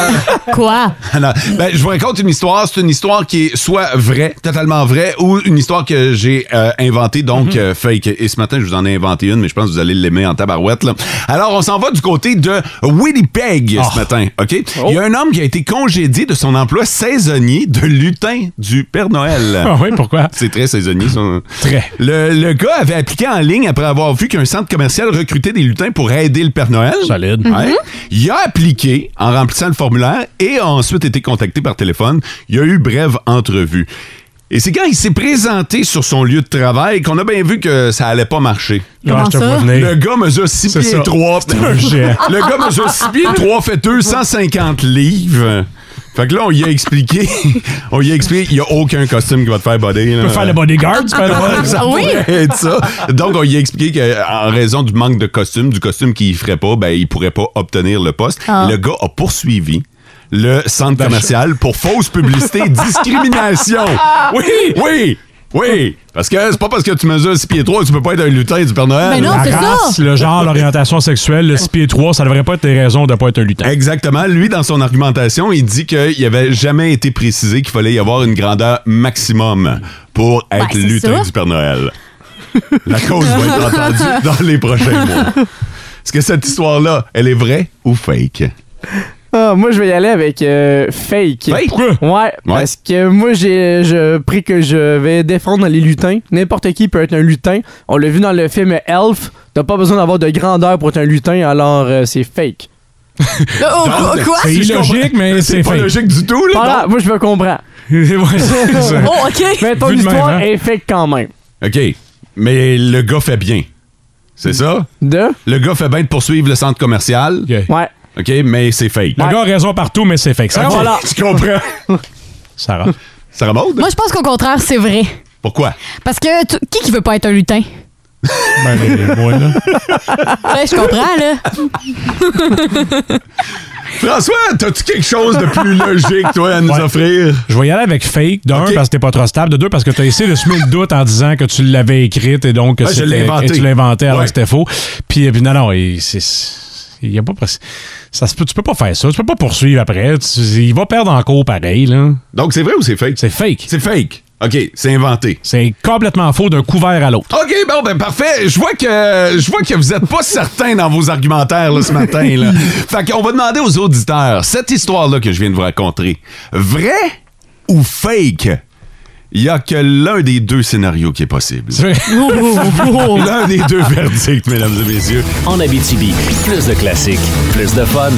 S5: Quoi?
S3: ben, je vous raconte une histoire. C'est une histoire qui est soit vraie, totalement vraie, ou une histoire que j'ai euh, inventée,
S4: Mhm.
S3: donc euh, fake. Et ce matin, je vous en ai inventé une, mais je pense que vous allez l'aimer en tabarouette. là. Alors, on s'en va du côté de Winnipeg
S4: Ah.
S3: ce matin, OK?
S4: Oh.
S3: Il y a un homme qui a été congédié de son emploi saisonnier de lutin du Père Noël.
S4: Ah oui, pourquoi?
S3: C'est très saisonnier, ça.
S4: Très.
S3: Le, le gars avait appliqué en ligne après avoir vu qu'un centre commercial recrutait des lutins pour aider le Père Noël.
S4: Solide.
S3: Ouais. Il a appliqué en remplissant le formulaire et a ensuite été contacté par téléphone. Il y a eu brève entrevue. Et c'est quand il s'est présenté sur son lieu de travail qu'on a bien vu que ça allait pas marcher.
S4: Comment Ah, je te ça? vois venir.
S3: Le gars mesure 6
S4: C'est
S3: pieds
S4: ça.
S3: 3.
S4: C'est un géant.
S3: Le gars
S4: Ah,
S3: mesure 6
S12: Ah,
S3: pieds 3, fait 250 livres. Fait que là, on y a expliqué. on y a expliqué, il n'y a aucun costume qui va te faire body. Tu
S4: peux faire le bodyguard, tu peux faire le-
S3: euh, Ça
S4: Oui.
S3: pourrait être ça. Donc, on y a expliqué qu'en raison du manque de costume, du costume qu'il ne ferait pas, ben, il ne pourrait pas obtenir le poste.
S4: Ah.
S3: Le gars a poursuivi le centre commercial pour fausse publicité et discrimination. Oui, oui, oui. Parce que c'est pas parce que tu mesures 6 pieds 3 que tu peux pas être un lutin du Père Noël.
S4: la race, le genre, l'orientation sexuelle, le 6 pieds 3, ça devrait pas être des raisons de pas être un lutin.
S3: Exactement. Lui, dans son argumentation, il dit qu'il n'avait jamais été précisé qu'il fallait y avoir une grandeur maximum pour
S13: Ben,
S3: être
S13: c'est
S3: lutin
S13: ça.
S3: du Père Noël. La cause va être entendue dans les prochains mois. Est-ce que cette histoire-là, elle est vraie ou fake?
S6: Ah, moi, je vais y aller avec euh, fake.
S3: Pourquoi?
S6: Ouais, parce que moi, j'ai je pris que je vais défendre les lutins. N'importe qui peut être un lutin. On l'a vu dans le film Elf. T'as pas besoin d'avoir de grandeur pour être un lutin, alors euh, c'est fake.
S13: oh, quoi?
S4: C'est illogique, mais c'est fake.
S3: du tout,
S6: là. moi, je me comprends.
S4: c'est ça.
S6: oh, OK. Ah. Mais ton
S3: Vu de même,
S6: histoire
S3: hein?
S6: est fake quand même.
S3: OK. Mais le gars fait bien. C'est ça?
S6: De?
S3: Le gars fait bien de poursuivre le centre commercial.
S6: Ouais.
S3: OK, mais c'est fake.
S4: Le gars a raison partout, mais c'est fake. Ça
S3: Ok,
S4: voilà.
S3: Ah, Tu comprends?
S4: Sarah.
S3: Sarah Maud?
S5: Moi, je pense qu'au contraire, c'est vrai.
S3: Pourquoi?
S5: Parce que tu- qui qui veut pas être un lutin?
S4: Ben, moi, là.
S5: Ouais, Ben, je comprends, là.
S3: François, t'as-tu quelque chose de plus logique, toi, à nous
S4: Ouais.
S3: offrir?
S4: Je vais y aller avec fake, d'un, parce que t'es pas trop stable, de deux, parce que t'as essayé de semer le doute en disant que tu l'avais écrite et donc que
S3: Ouais, je
S4: c'était-
S3: l'ai inventé.
S4: et tu l'as inventé alors
S3: Ouais.
S4: que c'était faux. Puis, et puis non, non, et c'est- il y a pas pres- ça se peut, tu peux pas faire ça, tu peux pas poursuivre après, tu- il va perdre en cours pareil là.
S3: Donc c'est vrai ou c'est fake
S4: C'est fake.
S3: C'est fake. OK, c'est inventé.
S4: C'est complètement faux d'un couvert à l'autre.
S3: OK, bon, ben parfait. Je vois que je vois que vous êtes pas certain dans vos argumentaires là, ce matin. Là. Fait qu'on va demander aux auditeurs, cette histoire-là que je viens de vous raconter, vrai ou fake? Il y a que l'un des deux scénarios qui est possible. L'un des deux verdicts, mesdames et messieurs.
S2: En Abitibi, plus de classiques, plus de fun.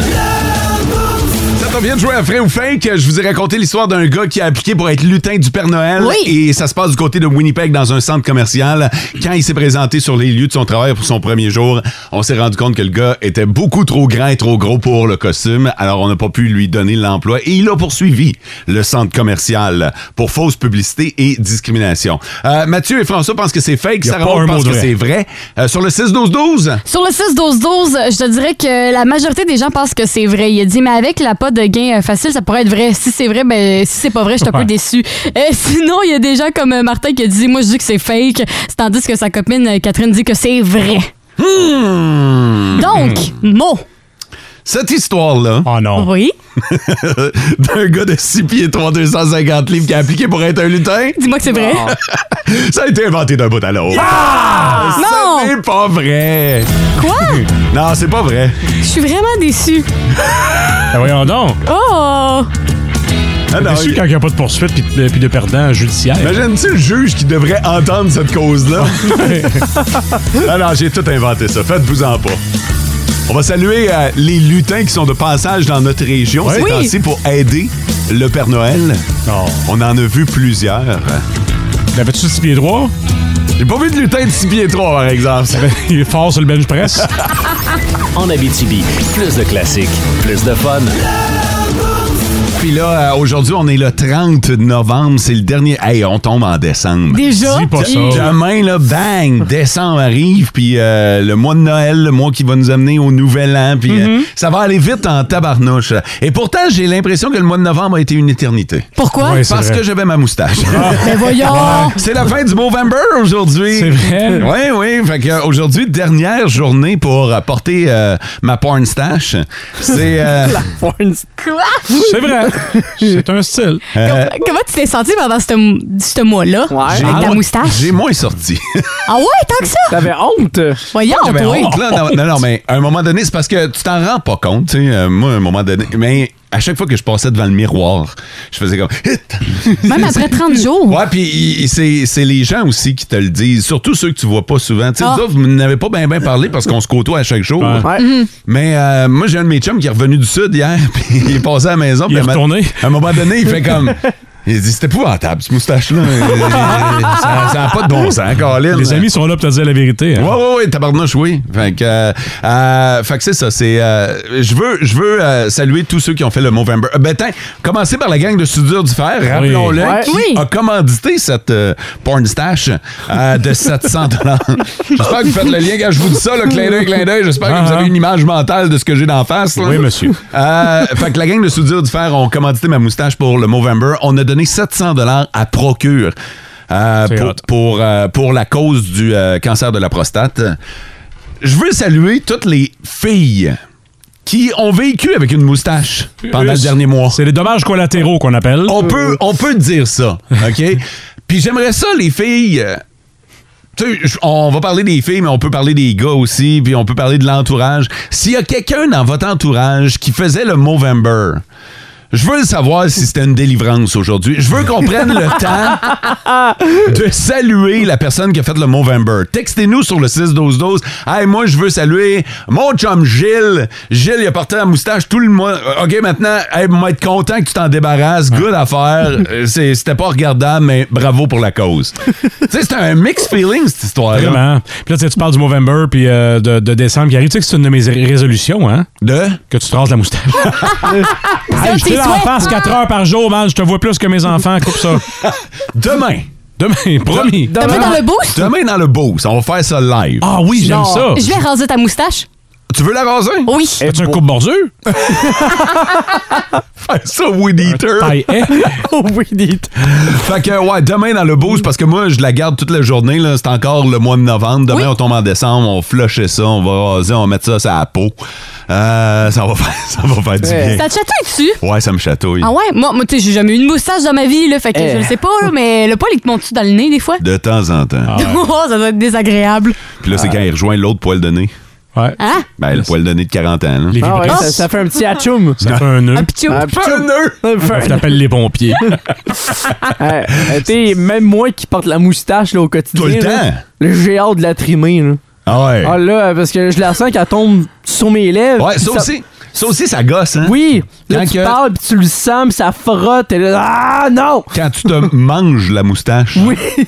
S3: Ça tombe bien de jouer à vrai ou fake. Je vous ai raconté l'histoire d'un gars qui a appliqué pour être lutin du Père Noël. Et ça se passe du côté de Winnipeg dans un centre commercial. Quand il s'est présenté sur les lieux de son travail pour son premier jour, on s'est rendu compte que le gars était beaucoup trop grand et trop gros pour le costume. Alors on n'a pas pu lui donner l'emploi et il a poursuivi le centre commercial pour fausse publicité et discrimination. Euh, Mathieu et François pensent que c'est fake.
S4: Y a
S3: Sarah
S4: pas
S3: Maud
S4: un
S3: pense
S4: mot de
S3: que
S4: vrai.
S3: c'est vrai. Euh, sur le 6-12-12,
S5: Sur le 6-12-12, je te dirais que la majorité des gens pensent que c'est vrai. Il a dit, mais avec la pas de gain euh, facile, ça pourrait être vrai. Si c'est vrai, ben, si c'est pas vrai, je suis un
S13: Ouais.
S5: peu déçu. Euh, sinon, il y a des gens comme euh, Martin qui a dit, moi, je dis que c'est fake, tandis que sa copine euh, Catherine dit que c'est vrai. Donc, mot.
S3: Hmm. Cette histoire-là.
S4: Oh non.
S5: Oui.
S3: D'un gars de 6 pieds 3, 250 livres qui a appliqué pour être un lutin.
S5: Dis-moi que c'est vrai.
S3: Ça a été inventé d'un bout à l'autre.
S4: Ah.
S5: non!
S3: C'est pas vrai.
S5: Quoi?
S3: Non, c'est pas vrai.
S5: Je suis vraiment déçu.
S4: Ben voyons donc.
S5: Oh!
S3: Ah non,
S4: Déçu
S3: il-
S4: quand il n'y a pas de poursuite puis de, puis de perdant judiciaire.
S3: Imagine-tu le juge qui devrait entendre cette cause-là? non, non, j'ai tout inventé ça. Faites-vous-en pas. On va saluer euh, les lutins qui sont de passage dans notre région
S4: Ouais.
S3: ces
S4: Oui.
S3: temps-ci pour aider le Père Noël. On en a vu plusieurs.
S4: L'avais-tu 6 pieds droits?
S3: J'ai pas vu de lutin de 6 pieds 3, par exemple.
S4: Il est fort sur le bench press.
S2: En Abitibi, plus de classiques, plus de fun.
S3: Puis là, euh, aujourd'hui, on est le 30 novembre. C'est le dernier. Hey, on tombe en décembre.
S5: Déjà? Dis pas ça.
S3: Demain, là, bang, décembre arrive. Puis euh, le mois de Noël, le mois qui va nous amener au nouvel an. Puis euh,
S5: Mm-hmm.
S3: ça va aller vite en tabarnouche. Et pourtant, j'ai l'impression que le mois de novembre a été une éternité.
S5: Pourquoi? Ouais, c'est
S3: Parce
S5: vrai. Ah.
S3: que j'avais ma moustache.
S5: Mais voyons!
S3: Ah. Ouais. C'est la fin du Movember aujourd'hui. C'est
S4: vrai.
S3: Oui, oui. Fait que aujourd'hui, dernière journée pour euh, porter euh, ma porn stache. C'est. euh,
S5: Quoi?
S4: C'est vrai. C'est un style.
S3: euh,
S5: Comment tu t'es senti pendant ce, ce mois-là?
S3: j'ai
S5: Avec ta
S3: moins-
S5: moustache?
S3: J'ai moins sorti.
S5: Ah ouais, tant que ça?
S6: T'avais honte?
S5: Voyons,
S3: Pas que j'avais
S5: toi.
S3: honte, là. Non, non, non, mais à un moment donné, c'est parce que tu t'en rends pas compte. tu sais, euh, moi, à un moment donné, mais à chaque fois que je passais devant le miroir, je faisais comme.
S5: Même après 30 jours.
S3: Ouais, puis il- il- c'est c'est les gens aussi qui te le disent, surtout ceux que tu vois pas souvent. Tu sais,
S5: Ah.
S3: vous autres, vous n'avez pas bien bien parlé parce qu'on se côtoie à chaque jour.
S5: Mhm.
S3: Mais euh, moi, j'ai un de mes chums qui est revenu du Sud hier, puis il est passé à la maison. puis
S4: est
S3: à un moment-
S4: retourné.
S3: À un moment donné, il fait comme. Il dit, c'est épouvantable, ce moustache-là. ça ça a pas de bon sens, Colin.
S4: Les amis sont là pour te dire la vérité. hein.
S3: Ouais, ouais, ouais, tabarnouche, oui. Fait que, euh, euh, fait que c'est ça, c'est... euh, je veux, je veux euh, saluer tous ceux qui ont fait le Movember. Euh, ben, tiens, commencer par la gang de Soudure du Fer, rappelons-le,
S4: Ouais.
S3: qui
S4: Oui.
S3: a commandité cette euh, porn stash euh, de 700 J'espère que vous faites le lien quand je vous dis ça, le clin d'œil, clin d'œil. J'espère que vous avez une image mentale de ce que j'ai d'en face. là.
S4: Oui, monsieur.
S3: Euh, fait que la gang de Soudure du Fer ont commandité ma moustache pour le Movember. On a donné 700 à Procure. euh,
S4: C'est
S3: pour,
S4: hot.
S3: pour, euh, pour la cause du euh, cancer de la prostate. Je veux saluer toutes les filles qui ont vécu avec une moustache pendant le
S4: Euh,
S3: dernier mois.
S4: C'est les dommages collatéraux qu'on appelle.
S3: On peut, on peut dire ça, OK? Puis j'aimerais ça, les filles... euh, tu sais, j- on va parler des filles, mais on peut parler des gars aussi, puis on peut parler de l'entourage. S'il y a quelqu'un dans votre entourage qui faisait le Movember, je veux savoir si c'était une délivrance aujourd'hui. Je veux qu'on prenne le temps de saluer la personne qui a fait le Movember. Textez-nous sur le 6-12-12. Hey, moi, je veux saluer mon chum Gilles. Gilles, il a porté la moustache tout le mois. Euh, OK, maintenant, hey, moi, être content que tu t'en débarrasses. Good affaire. Euh, c'est- C'était pas regardable, mais bravo pour la cause. tu sais, c'est un mixed feeling, cette histoire-là.
S4: Vraiment. Puis là, tu sais, tu parles du Movember puis euh, de, de décembre qui arrive. Tu sais que c'est une de mes ré- résolutions, hein?
S3: De?
S4: Que tu te rases la moustache. hey, je
S5: tes
S4: te la
S5: souhaits.
S4: face 4 heures par jour, man. Je te vois plus que mes enfants. Coupe ça.
S3: Demain.
S4: Demain, promis.
S5: Demain dans le boost?
S3: Demain dans le boost. On va faire ça live.
S4: Ah oui, j'aime ça.
S5: Je vais raser ta moustache.
S3: Tu veux la raser?
S5: Oui.
S4: As-tu un coupe bordure?
S3: Faire ça, Weed Eater. Oh,
S4: Taille haie?
S3: Fait que, ouais, demain dans le boost, parce que moi, je la garde toute la journée. là. C'est encore le mois de novembre. Demain, on tombe en décembre. On flushait ça. On va raser. On va mettre ça sur la peau. Euh, ça, va faire, ça va faire du bien.
S5: Ça te chatouille dessus?
S3: Ouais, ça me chatouille.
S5: Ah ouais? Moi, moi tu sais, j'ai jamais eu une moustache dans ma vie, là. Fait que
S3: Eh.
S5: je le sais pas, là, mais le poil, il te monte dessus dans le nez, des fois?
S3: De temps en temps.
S4: Ah
S5: oh, ça doit être désagréable.
S3: Puis là, c'est quand il rejoint l'autre poil de nez.
S4: Ouais.
S5: Hein?
S3: Ben, le poil de nez de 40 ans. là.
S6: Ah ouais,
S4: vibrations.
S6: ça, ça fait un petit atchoum.
S4: Ça fait un nœud.
S5: pitiou.
S6: Un
S3: pitiou.
S4: Je t'appelle les pompiers.
S6: Hey, euh, t'sais, même moi qui porte la moustache là, au quotidien.
S3: Tout le
S6: là,
S3: temps.
S6: là, J'ai hâte de la trimer. Là.
S3: Ah ouais.
S6: Ah là, parce que je la sens qu'elle tombe sur mes lèvres.
S3: Ouais,
S6: puis
S3: ça aussi. Ça aussi, ça gosse, hein?
S6: Oui. Là,
S3: Quand
S6: tu
S3: que-
S6: parles, puis tu le sens, puis ça frotte. Et là, ah non!
S3: Quand tu te manges la moustache,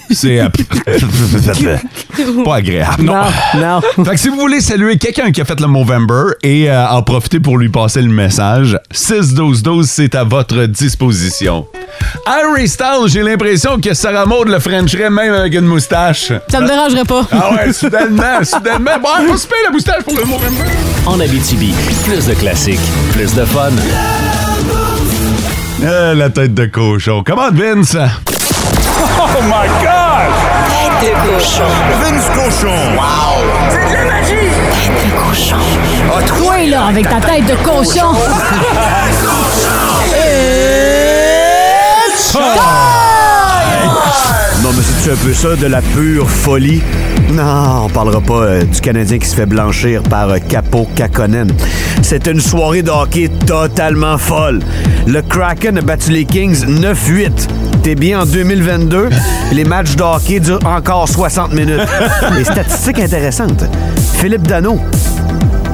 S3: c'est euh, pas agréable.
S6: Non, non.
S3: Fait que si vous voulez saluer quelqu'un qui a fait le Movember et euh, en profiter pour lui passer le message, 6-12-12, c'est à votre disposition. Harry Styles, j'ai l'impression que Sarah Maud le Frencherait même avec une moustache.
S5: Ça me dérangerait pas.
S3: Ah ouais, soudainement, soudainement. Bon, on se payer la moustache pour le Movember.
S2: En Abitibi, plus de classiques, plus de fun.
S3: Euh, la tête de cochon. Comment Vince?
S13: Oh my god! Tête de cochon.
S11: Vince cochon. Wow.
S13: C'est de la magie! Tête de cochon. Ah,
S5: Toi, là, avec ta tête de cochon.
S4: Oh!
S14: Non, mais c'est un peu ça, de la pure folie. Non, on parlera pas euh, du Canadien qui se fait blanchir par euh, Capo Kakonen. C'est une soirée de hockey totalement folle. Le Kraken a battu les Kings 9-8. T'es bien en 2022. Les matchs de hockey durent encore 60 minutes. Et statistique intéressante. Philippe Dano,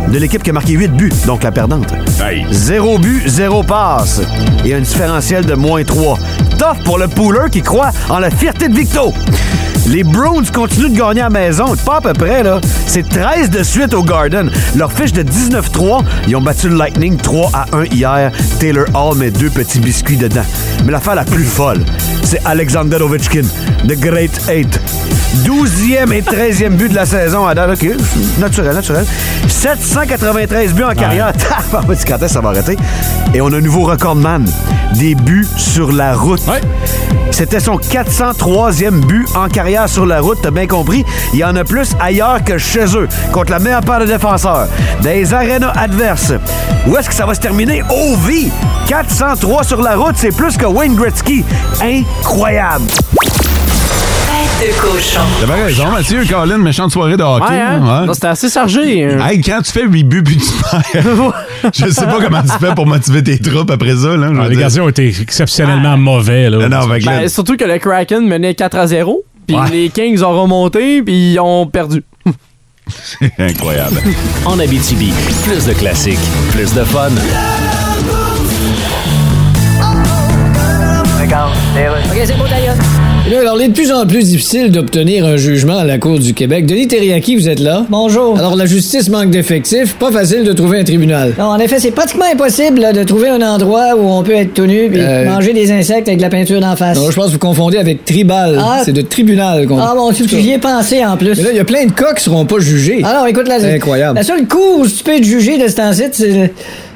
S14: de l'équipe qui a marqué 8 buts, donc la perdante. Zéro but, zéro passe. Et un différentiel de moins 3. Tough pour le pooler qui croit en la fierté de Victo. Les Bruins continuent de gagner à la maison. Pas à peu près, là. C'est 13 de suite au Garden. Leur fiche de 19-3, ils ont battu le Lightning 3 à 1 hier. Taylor Hall met deux petits biscuits dedans. Mais l'affaire la plus folle, c'est Alexander Ovechkin, The Great Eight. 12e et 13e but de la saison à date. OK, naturel, naturel. 793 buts en carrière. Tabarouette, Ah, bah, Quand est-ce que ça va arrêter? Et on a un nouveau record de man. Des buts sur la route. C'était son 403e but en carrière sur la route, t'as bien compris. Il y en a plus ailleurs que chez eux, contre la meilleure paire de défenseurs, dans les arénas adverses. Où est-ce que ça va se terminer? Au vie! 403 sur la route, c'est plus que Wayne Gretzky. Incroyable!
S13: Tête de cochon.
S3: T'avais raison, Mathieu, Colin, méchante soirée de hockey.
S6: Ouais, hein? Non, c'était assez chargé.
S3: Hey, quand tu fais 8 buts puis tu perds, je sais pas comment tu fais pour motiver tes troupes après ça. Là, je veux
S4: Ah, les
S3: dire.
S4: gardiens ont été exceptionnellement mauvais. Là,
S3: Non, non, mais
S6: Ben, surtout que le Kraken menait 4 à 0, puis
S4: Ouais.
S6: les Kings ont remonté, puis ils ont perdu.
S3: Incroyable.
S2: en Abitibi, plus de classiques, plus de fun.
S8: OK, c'est bon, ta gueule.
S15: Et là, alors, il est de plus en plus difficile d'obtenir un jugement à la Cour du Québec. Denis Terriaki, vous êtes là? Bonjour. Alors, la justice manque d'effectifs. Pas facile de trouver un tribunal.
S8: Non, en effet, c'est pratiquement impossible là, de trouver un endroit où on peut être tout nu et
S15: Euh,
S8: manger des insectes avec de la peinture d'en face.
S15: Non, Euh, je pense que vous confondez avec tribal.
S8: Ah.
S15: C'est de tribunal qu'on
S8: Ah bon, tu tu y ai pensé en plus.
S15: Mais là, il y a plein de cas qui seront pas jugés.
S8: Alors, écoute, la,
S15: C'est incroyable.
S8: la seule cour où tu peux être jugé de cet site, c'est le-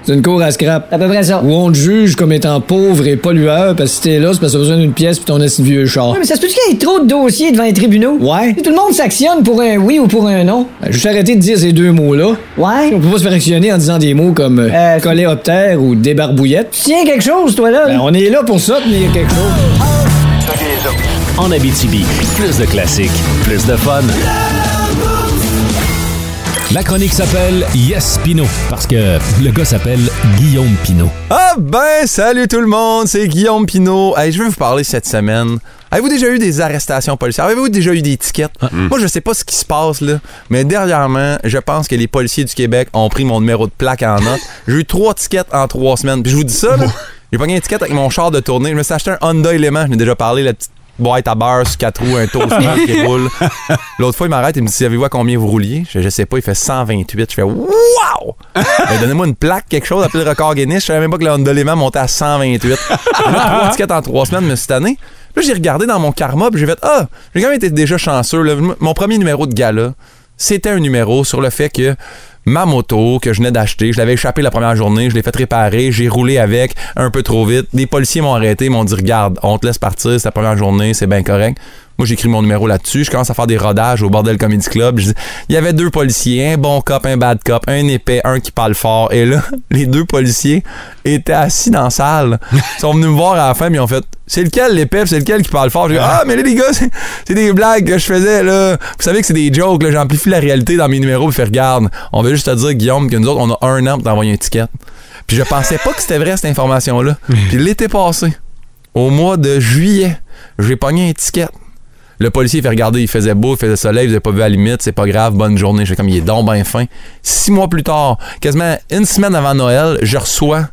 S15: C'est une cour à scrap.
S8: à peu près ça.
S15: Où on te juge comme étant pauvre et pollueur parce que si t'es là, c'est parce que t'as besoin d'une pièce puis ton assis de vieux char.
S8: Ouais, mais ça se peut qu'il y ait trop de dossiers devant les tribunaux?
S15: Ouais.
S8: Tout le monde s'actionne pour un oui ou pour un non.
S15: Euh, Juste arrêter de dire ces deux mots-là.
S8: Ouais.
S15: On peut pas se faire actionner en disant des mots comme euh, coléoptère ou débarbouillette.
S8: Tu tiens quelque chose, toi, là?
S15: Ben, on est là pour ça, tenir quelque chose.
S2: En Abitibi, plus de classiques, plus de fun.
S16: La chronique s'appelle Yes Pino parce que le gars s'appelle Guillaume Pino.
S17: Ah ben, salut tout le monde, c'est Guillaume Pinault. Hey, je veux vous parler cette semaine. Avez-vous déjà eu des arrestations policières? Avez-vous déjà eu des tickets? Moi, je sais pas ce qui se passe, là, mais dernièrement, je pense que les policiers du Québec ont pris mon numéro de plaque en note. J'ai eu trois tickets en trois semaines. Puis je vous dis ça, là, j'ai pas gagné de ticket avec mon char de tournée. Je me suis acheté un Honda Element, j'en ai déjà parlé, la petite boîte à beurre sur quatre roues, un toaster qui roule. L'autre fois, il m'arrête et me dit Savez-vous à combien vous rouliez Je, je sais pas, il fait 128. Je fais Wow Ben, Donnez-moi une plaque, quelque chose, appelez le record Guinness. Je savais même pas que le Honda Léman montait à 128. J'avais trois tickets en trois semaines, mais cette année, là, j'ai regardé dans mon karma puis j'ai fait Ah, j'ai quand même été déjà chanceux. là. M- Mon premier numéro de gala, c'était un numéro sur le fait que. Ma moto que je venais d'acheter, je l'avais échappée la première journée, je l'ai fait réparer, j'ai roulé avec un peu trop vite. Des policiers m'ont arrêté, m'ont dit Regarde, on te laisse partir, c'est la première journée, c'est bien correct. Moi, j'écris mon numéro là-dessus. Je commence à faire des rodages au Bordel Comedy Club. Je dis, il y avait deux policiers, un bon cop, un bad cop, un épais, un qui parle fort. Et là, les deux policiers étaient assis dans la salle. Ils sont venus me voir à la fin, mais ils ont fait, c'est lequel l'épais, puis c'est lequel qui parle fort. J'ai dit, ah, mais là, les gars, c'est c'est des blagues que je faisais, là. Vous savez que c'est des jokes, là. J'amplifie la réalité dans mes numéros, puis fait, regarde, on veut juste te dire, Guillaume, que nous autres, on a un an pour t'envoyer un ticket. Puis je pensais pas que c'était vrai, cette information-là. Puis l'été passé, au mois de juillet, j'ai pogné un ticket. Le policier il fait regarder, il faisait beau, il faisait soleil, vous avez pas vu à la limite, c'est pas grave, bonne journée. Je fais comme il est donc ben fin. Six mois plus tard, quasiment une semaine avant Noël, je reçois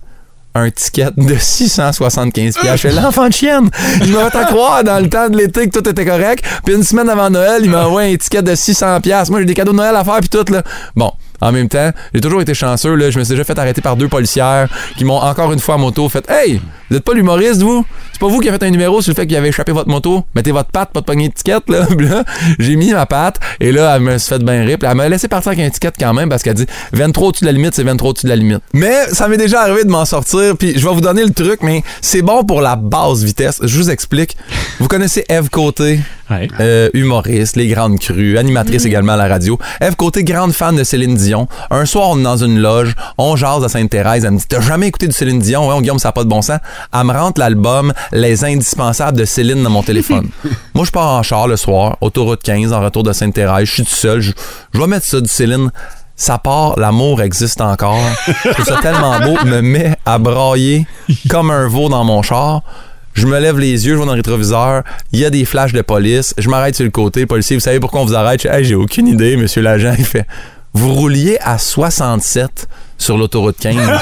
S17: un ticket de 675 pièces. Ah, Je fais l'enfant de chienne. Je me à croire dans le temps de l'été que tout était correct. Puis une semaine avant Noël, il m'envoie un ticket de 600 pièces. Moi, j'ai des cadeaux de Noël à faire puis tout là. Bon, en même temps, j'ai toujours été chanceux là, je me suis déjà fait arrêter par deux policières qui m'ont encore une fois à moto fait "Hey, vous êtes pas l'humoriste vous C'est pas vous qui avez fait un numéro sur le fait qu'il avait échappé votre moto Mettez votre patte, pas de poignée d'étiquette là." Puis là, j'ai mis ma patte et là elle me s'est fait bien rire. Puis Elle m'a laissé partir avec un ticket quand même parce qu'elle dit 23 au-dessus de la limite, c'est 23 au-dessus de la limite. Mais ça m'est déjà arrivé de m'en sortir puis je vais vous donner le truc mais c'est bon pour la basse vitesse. Je vous explique. Vous connaissez Eve Côté euh, humoriste, les grandes crues, animatrice également à la radio. Eve Côté, grande fan de Céline Dion. Un soir, on est dans une loge, on jase à Sainte-Thérèse. Elle me dit T'as jamais écouté du Céline Dion Ouais, on Guillaume, ça n'a pas de bon sens. Elle me rentre l'album Les Indispensables de Céline dans mon téléphone. Moi, je pars en char le soir, autoroute 15, en retour de Sainte-Thérèse. Je suis tout seul. Je je vais mettre ça du Céline. Ça part, l'amour existe encore. Je trouve ça tellement beau, me met à brailler comme un veau dans mon char. Je me lève les yeux, je vois dans le rétroviseur, il y a des flashs de police, je m'arrête sur le côté, le policier, vous savez pourquoi on vous arrête? Je dis, Hey, j'ai aucune idée, monsieur l'agent. Il fait, vous rouliez à 67 sur l'autoroute 15. Là,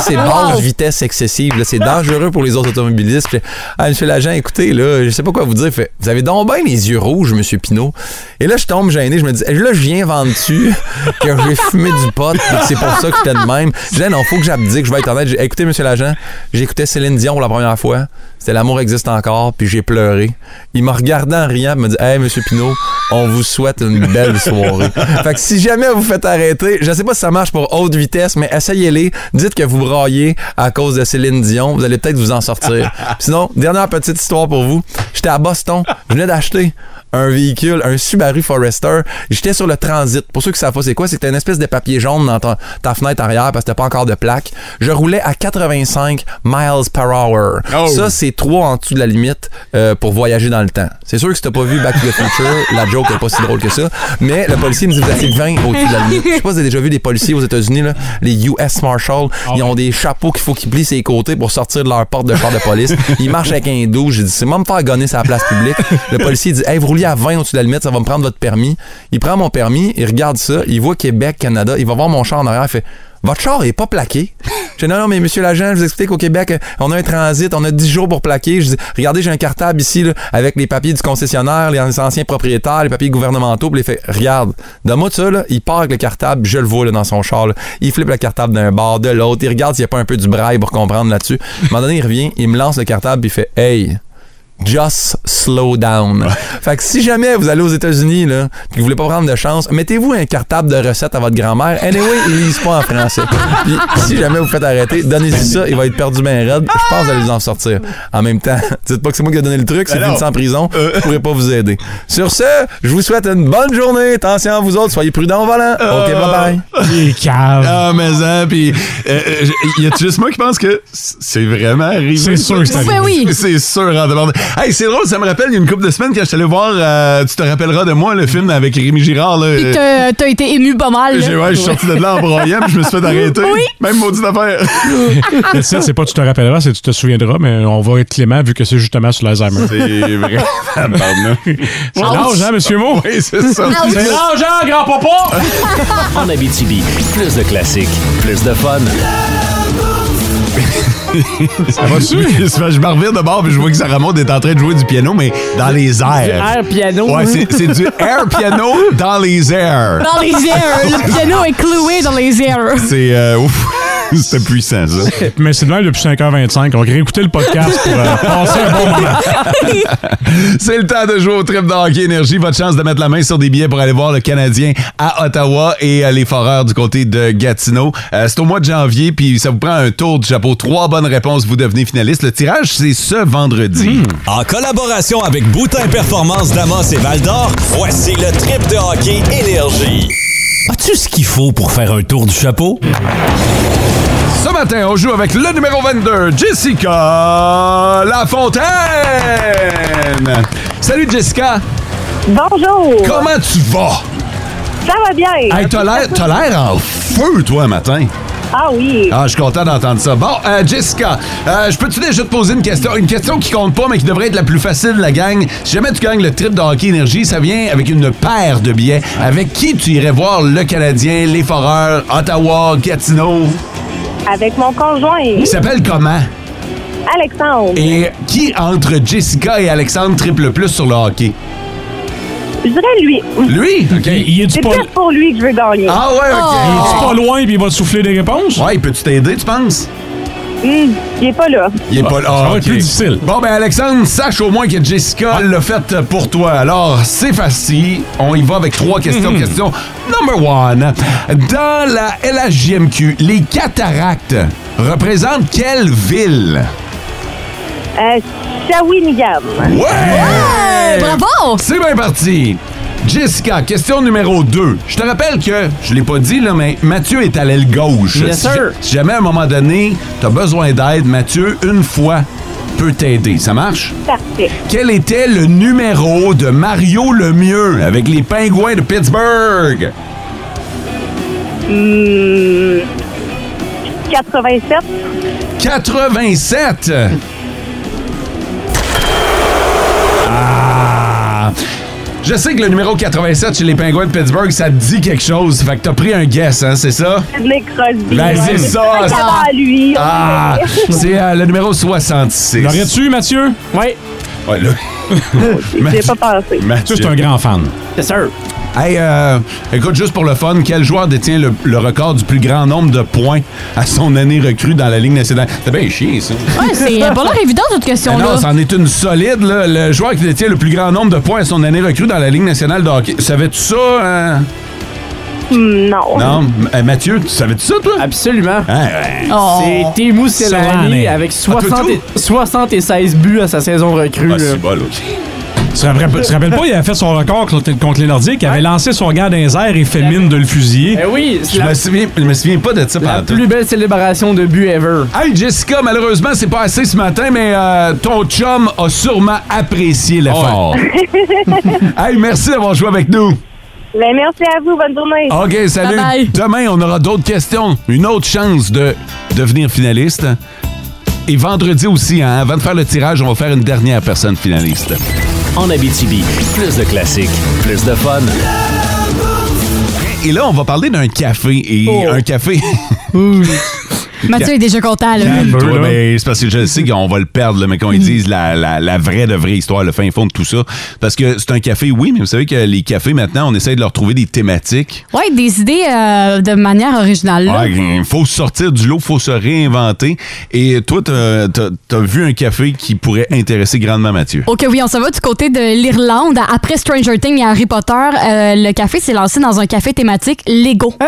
S17: c'est basse vitesse excessive. là. C'est dangereux pour les autres automobilistes. Puis, ah, monsieur l'agent, écoutez, là, je sais pas quoi vous dire. Fait, vous avez donc bien les yeux rouges, monsieur Pinault. Et là, je tombe gêné. Je me dis, Eh, là, je viens vendre dessus que j'ai fumé du pot. puis que C'est pour ça que j'étais de même. Je dis, Ah, non, faut que j'abdique. Je vais être honnête. J'ai- Écoutez, monsieur l'agent, j'écoutais Céline Dion pour la première fois. C'était L'amour existe encore. Puis j'ai pleuré. Il m'a regardé en riant. Il m'a dit, Hey, monsieur Pinault, on vous souhaite une belle soirée. fait que si jamais vous faites arrêter, je sais pas si ça marche pour haute vitesse, mais essayez-les. Dites que vous braillez à cause de Céline Dion. Vous allez peut-être vous en sortir. Sinon, dernière petite histoire pour vous. J'étais à Boston. Je venais d'acheter un véhicule, un Subaru Forester. J'étais sur le transit. Pour ceux qui savent pas c'est quoi, c'était une espèce de papier jaune dans ta, ta fenêtre arrière parce que t'as pas encore de plaque. Je roulais à 85 miles per hour. Ça, c'est trois en dessous de la limite euh, pour voyager dans le temps. C'est sûr que si t'as pas vu Back to the Future, la joke est pas si drôle que ça. Mais le policier me dit, vous étiez 20 au-dessus de la limite. Je sais pas si vous avez déjà vu des policiers aux États-Unis, là, les US Marshals. Ils ont des chapeaux qu'il faut qu'ils plient ses côtés pour sortir de leur porte de char de police. Ils marchent avec un dos. J'ai dit, c'est moi me faire gonner sur la place publique. Le policier dit, hey, vous roulez à 20 au-dessus de la limite, ça va me prendre votre permis. Il prend mon permis, il regarde ça, il voit Québec, Canada, il va voir mon char en arrière, il fait, votre char est pas plaqué. Je dis, non, non, mais monsieur l'agent, je vous explique au Québec, euh, on a un transit, on a 10 jours pour plaquer. Je dis, regardez, j'ai un cartable ici, là, avec les papiers du concessionnaire, les anciens propriétaires, les papiers gouvernementaux, puis les fait, regarde, donne-moi ça, là, il part avec le cartable, je le vois, là, dans son char, là. Il flippe le cartable d'un bord, de l'autre, il regarde s'il n'y a pas un peu du braille pour comprendre là-dessus. À un moment donné, il revient, il me lance le cartable, puis il fait, hey, Just slow down. Fait que si jamais vous allez aux États-Unis là, puis que vous voulez pas prendre de chance, mettez-vous un cartable de recettes à votre grand-mère. Anyway, ils lisent pas en français. Puis si jamais vous faites arrêter, donnez-y ça, il va être perdu ben raide. Je pense que vous allez vous en sortir. En même temps, dites pas que c'est moi qui ai donné le truc, c'est
S9: Ben non.
S17: une sans prison, je pourrais pas vous aider. Sur ce, je vous souhaite une bonne journée. Attention à vous autres, soyez prudents au volant. OK, bye bye.
S3: Il est calme. Euh, Ah, mais ça, puis euh, euh, y a-tu juste moi qui pense que c- c'est vraiment arrivé?
S4: C'est sûr que c'est arrivé.
S3: oui. C'est sûr, en demande. Hey, c'est drôle, ça me rappelle, il y a une couple de semaines quand je suis allé voir, euh, tu te rappelleras de moi, le film avec Rémi Girard. Là,
S5: Puis
S3: euh,
S5: t'as t'as été ému pas mal. là.
S3: j'ai- ouais, je suis sorti de là en broyant, puis je me suis fait arrêter.
S5: Oui.
S3: Même maudite affaire.
S4: Le 7, c'est pas tu te rappelleras, c'est tu te souviendras, mais on va être clément vu que c'est justement sur l'Alzheimer.
S3: C'est vrai.
S4: C'est l'âge, hein, monsieur Mo?
S3: Oui, c'est ça.
S4: C'est l'âge, hein, grand-papa?
S2: en Abitibi, plus de classiques, plus de fun.
S3: Ça va-tu? je me revire de bord, puis je vois que Sarah Maud est en train de jouer du piano, mais dans les airs.
S6: Du air piano.
S3: Ouais, c'est c'est du air piano dans les airs.
S5: Dans les airs. Le piano est cloué dans les airs.
S3: C'est euh, ouf, c'est puissant ça.
S4: Mais c'est de même depuis 5h25. On va réécouter le podcast pour euh, passer un bon moment.
S3: C'est le temps de jouer au trip de hockey énergie. Votre chance de mettre la main sur des billets pour aller voir le Canadien à Ottawa et euh, les Foreurs du côté de Gatineau. Euh, c'est au mois de janvier, puis ça vous prend un tour de chapeau. Trois bonnes réponses, vous devenez finaliste. Le tirage, c'est ce vendredi.
S18: Hmm. En collaboration avec Boutin Performance Damas et Val d'Or, voici le trip de hockey Énergie.
S16: As-tu ce qu'il faut pour faire un tour du chapeau?
S3: Ce matin, on joue avec le numéro 22, Jessica Lafontaine. Salut Jessica.
S19: Bonjour.
S3: Comment tu vas?
S19: Ça va bien.
S3: Hey, t'as l'air- t'as l'air en feu, toi, matin.
S19: Ah oui.
S3: Ah, je suis content d'entendre ça. Bon, euh, Jessica, euh, je peux-tu déjà te poser une question? Une question qui compte pas, mais qui devrait être la plus facile de la gang. Si jamais tu gagnes le trip de hockey énergie, ça vient avec une paire de billets. Avec qui tu irais voir le Canadien, les Foreurs, Ottawa, Gatineau?
S19: Avec mon conjoint.
S3: Il s'appelle comment?
S19: Alexandre.
S3: Et qui entre Jessica et Alexandre triple plus sur le hockey?
S19: Je dirais lui.
S3: Lui? OK. Il
S4: est
S19: C'est peut-être pour lui que je veux gagner.
S3: Ah ouais, OK.
S4: Il est pas loin puis il va te souffler des réponses?
S3: Ouais, peux-tu t'aider, tu penses?
S19: Hmm, il est pas là.
S3: Il est pas là.
S4: Ça va être
S3: ok.
S4: plus difficile. Ah.
S3: Bon, ben, Alexandre, sache au moins que Jessica l'a fait pour toi. Alors, c'est facile. On y va avec trois questions.
S4: Hmm.
S2: Mhm.
S3: Question number one. Dans la LHJMQ, les cataractes représentent quelle ville?
S19: Euh, Shawinigan.
S3: Ouais! bravo! C'est bien parti. Jessica, question numéro 2. Je te rappelle que, je l'ai pas dit, là, mais Mathieu est à l'aile gauche.
S6: Yes,
S3: si,
S6: sir.
S3: si jamais à un moment donné, tu as besoin d'aide, Mathieu, une fois, peut t'aider. Ça marche?
S19: Parfait.
S3: Quel était le numéro de Mario Lemieux avec les Pingouins de Pittsburgh?
S19: Hmm, 87.
S3: 87! Ah! Je sais que le numéro 87 chez les Penguins de Pittsburgh, ça te dit quelque chose. Fait que t'as pris un guess, hein, c'est ça?
S19: Sidney Crosby.
S3: Ben, c'est ça,
S19: C'est
S3: c'est-
S19: à lui.
S3: Ah! C'est euh, le numéro 66.
S4: L'aurais-tu, Mathieu?
S6: Oui.
S3: Ouais, là.
S19: J'ai pas pensé.
S3: Mathieu.
S4: c'est un grand fan.
S6: C'est sûr.
S3: Hey, euh, écoute, juste pour le fun, quel joueur détient le, le record du plus grand nombre de points à son année recrue dans la Ligue nationale? C'est bien chier, ça.
S5: Ouais, c'est euh, pas l'air évident, cette
S3: Mais non,
S5: question-là.
S3: c'en est une solide, là. Le joueur qui détient le plus grand nombre de points à son année recrue dans la Ligue nationale de hockey. Savais-tu ça? hein?
S19: Non.
S3: Non? M- euh, Mathieu, tu savais-tu ça, toi? Ah,
S6: Absolument.
S19: Oh.
S6: C'est Temu Selani
S3: Selänne.
S6: avec
S3: Ah, tout
S6: 60
S3: le
S6: et- 76 buts à sa saison recrue.
S3: Ah,
S6: là.
S3: c'est bon, là.
S4: Tu te rappelles, pas- tu te rappelles pas, il avait fait son record contre, contre les Nordiques. Il avait lancé son gars dans les airs et fait mine de le fusiller.
S6: Eh oui, c'est
S3: Je
S6: la-
S3: me souviens, je me souviens pas de ça
S6: La
S3: pendant tout.
S6: plus belle célébration de but ever.
S3: Hey Jessica, malheureusement, c'est pas assez ce matin, mais euh, ton chum a sûrement apprécié
S13: Oh.
S3: l'effort. hey, merci d'avoir joué avec nous.
S19: Ben, merci à vous. Bonne journée.
S3: OK, salut. Demain, on aura d'autres questions. Une autre chance de devenir finaliste. Et vendredi aussi, hein, avant de faire le tirage, on va faire une dernière personne finaliste.
S2: En Abitibi, plus de classiques, plus de fun.
S3: Et là, on va parler d'un café. Et un café.
S5: Mathieu est déjà content, là.
S3: Toi, ben, c'est parce que je sais qu'on va le perdre, là, mais quand ils disent la, la- la vraie de vraie histoire, le fin fond de tout ça. Parce que c'est un café, oui, mais vous savez que les cafés, maintenant, on essaie de leur trouver des thématiques.
S5: Ouais, des idées euh, de manière originale. là.
S3: Ouais, Il faut sortir du lot, il faut se réinventer. Et toi, t'as t'as- t'as vu un café qui pourrait intéresser grandement Mathieu.
S5: Ok, oui, on s'en va du côté de l'Irlande. Après Stranger Things et Harry Potter, euh, le café s'est lancé dans un café thématique Lego.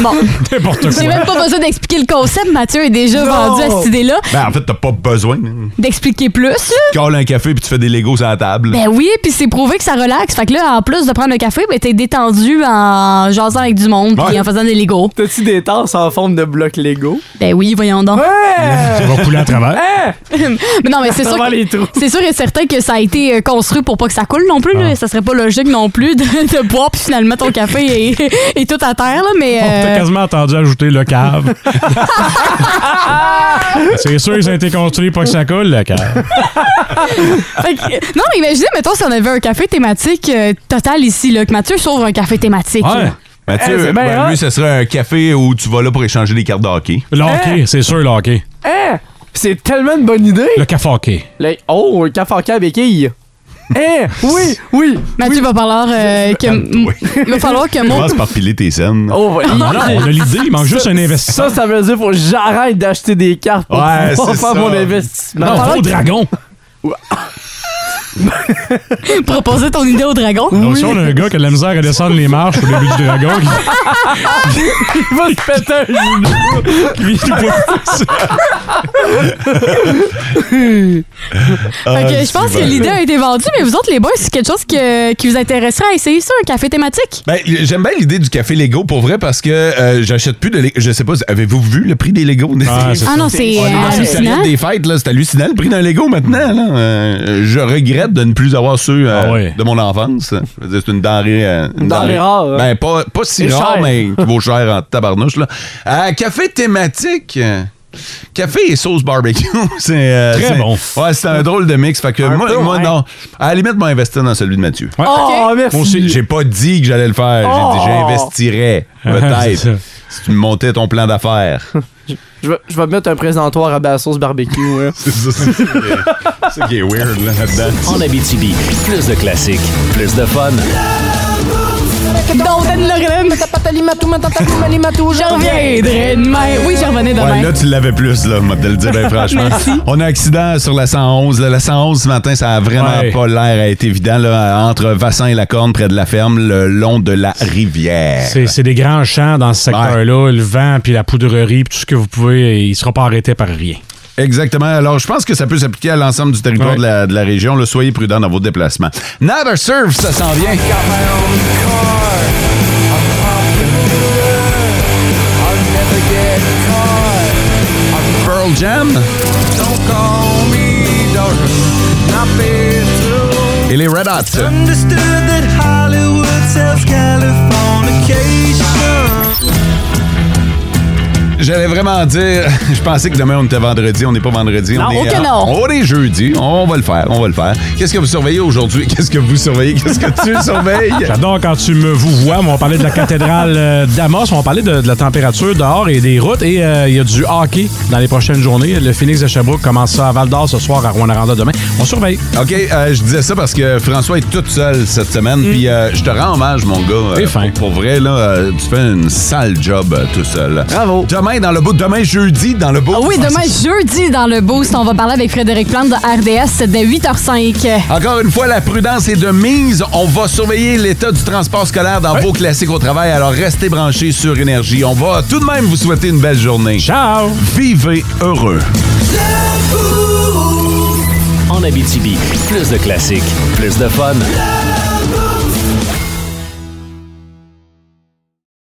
S5: bon.
S3: N'importe
S5: J'ai même pas besoin d'expliquer le concept. Mathieu est déjà vendu à cette idée-là.
S3: Ben, en fait, t'as pas besoin.
S5: D'expliquer plus, là.
S3: Tu colles un café puis tu fais des Legos à la table.
S5: Ben oui, puis c'est prouvé que ça relaxe. Fait que là, en plus de prendre le café, ben t'es détendu en jasant avec du monde puis
S6: Ouais.
S5: en faisant des Legos.
S6: T'as-tu des tasses en forme de bloc Lego?
S5: Ben oui, voyons donc.
S4: Ça va couler à travers.
S5: mais non, mais c'est
S6: À
S5: sûr,
S6: travers
S5: que-
S6: Hein? les trous.
S5: c'est sûr et certain que ça a été euh, construit pour pas que ça coule non plus.
S4: Ah.
S5: là. Ça serait pas logique non plus de, de boire puis finalement ton café est, est tout à terre. Là, mais
S4: On t'a
S5: euh,
S4: quasiment entendu ajouter le cave. c'est sûr, ils ont été construits pour que ça coule, le cave.
S5: fait que- non, mais imaginez, mettons, si on avait un café thématique euh, total ici, là, que Mathieu sauve un café thématique. là.
S3: Mathieu,
S6: Eh, c'est bien
S3: ben,
S6: hot.
S3: lui, ce serait un café où tu vas là pour échanger des cartes de hockey.
S4: Le hockey,
S5: Eh!
S6: Hein?
S4: c'est sûr, le hockey.
S6: Hein? C'est tellement une bonne idée!
S4: Le café hockey.
S6: Le- Oh, un café hockey à béquille! Hein? Oui, oui!
S5: Mathieu, va falloir euh, que. Il va falloir que mon.
S3: Commence par piler tes scènes.
S6: Oh, oui.
S4: Ah, Non, on a l'idée, il manque juste un investisseur.
S6: Ça, ça veut dire faut que j'arrête d'acheter des cartes pour
S4: Ouais,
S6: pouvoir
S4: c'est
S6: faire
S4: ça.
S6: mon investissement.
S4: Non,
S6: Pendant
S4: va au
S6: que-
S4: dragon.
S5: Proposer ton idée au dragon.
S4: Donc, si on a un gars qui a de la misère à descendre les marches au début du dragon, qui-
S6: Il va se péter un genou.
S4: Lui, il
S5: Fait que je
S3: Ah,
S5: pense que l'idée a été vendue, mais vous autres, les boys, c'est quelque chose que- qui vous intéresserait à essayer ça, un café thématique?
S3: Ben, j'aime bien l'idée du café Lego pour vrai parce que euh, j'achète plus de Lego. Je sais pas, avez-vous vu le prix des Lego?
S5: c'est Ah ça. non, c'est,
S3: On est dans une
S5: hallucinant.
S3: période des fêtes, là, c'est hallucinant le prix d'un Lego maintenant. Là. Euh, je regrette de ne plus avoir ceux euh, de mon enfance. Je veux dire, C'est une denrée, euh, une
S6: denrée rare, hein.
S3: Ben, pas, pas si
S6: Et
S3: rare,
S6: cher.
S3: mais qui vaut cher en tabarnouche. Là. Euh, café thématique. euh, Café et sauce barbecue, c'est euh,
S4: Très
S3: c'est-
S4: bon.
S3: Ouais, c'est un drôle de mix. Fait que moi,
S6: peu,
S3: moi
S6: ouais.
S3: non. À la limite, m'investir dans celui de Mathieu.
S6: Ouais. Oh, Ok. merci.
S3: Moi aussi, j'ai pas dit que j'allais le faire. J'ai dit,
S6: Oh.
S3: j'investirais,
S4: C'est ça.
S3: peut-être, si tu me montais ton plan d'affaires.
S6: Je vais, je vais mettre un présentoir à base sauce barbecue. hein. ouais.
S3: C'est ça qui est weird, là, là-dedans.
S2: En Abitibi, plus de classiques, plus de fun.
S5: J'en reviendrai demain. Oui, j'en revenais demain.
S3: Ouais, là, tu l'avais plus, là, moi, de le dire, ben, franchement.
S5: Merci.
S3: On a accident sur la 111. là. La 111, ce matin, ça a vraiment
S4: Ouais.
S3: pas l'air à être évident, là, entre Vassin et la Corne, près de la ferme, le long de la rivière.
S4: C'est c'est des grands champs dans ce secteur-là. Le vent, puis la poudrerie, puis tout ce que vous pouvez, il ne sera pas arrêté par rien.
S3: Exactement. Alors, je pense que ça peut s'appliquer à l'ensemble du territoire de, la, de la région. là. soyez prudents dans vos déplacements. Never Surf, ça s'en vient. Pearl Jam. Et les Red Hot. J'allais vraiment dire, je pensais que demain on était vendredi, on n'est pas vendredi,
S13: Non,
S3: on est
S13: oh que
S3: euh,
S13: non.
S3: on est jeudi, on va le faire, on va le faire. Qu'est-ce que vous surveillez aujourd'hui Qu'est-ce que vous surveillez Qu'est-ce que tu surveilles
S4: J'adore quand tu me vous vois. mais On parlait de la cathédrale euh, d'Amos, on parlait de, de la température dehors et des routes. Et euh, il y a du hockey dans les prochaines journées. Le Phoenix de Sherbrooke commence ça à Val d'Or ce soir, à Rwanda demain. On surveille.
S3: OK, euh, je disais ça parce que François est toute seule cette semaine, puis euh, je te rends hommage, mon gars.
S4: Mm. T'es
S3: Euh,
S4: fin.
S3: Pour, pour vrai, là, euh, tu fais une sale job euh, tout seul.
S4: Ah.
S3: Bravo. Demain, dans le bout, demain, jeudi, dans le bout.
S5: Ah oui, demain, jeudi, dans le Boost, on va parler avec Frédéric Plante de RDS dès 8h05.
S3: Encore une fois, la prudence est de mise. On va surveiller l'état du transport scolaire dans vos classiques au travail. Alors, restez branchés sur Énergie. On va tout de même vous souhaiter une belle journée.
S4: Ciao!
S3: Vivez heureux.
S18: En Abitibi, plus de classiques, plus de fun.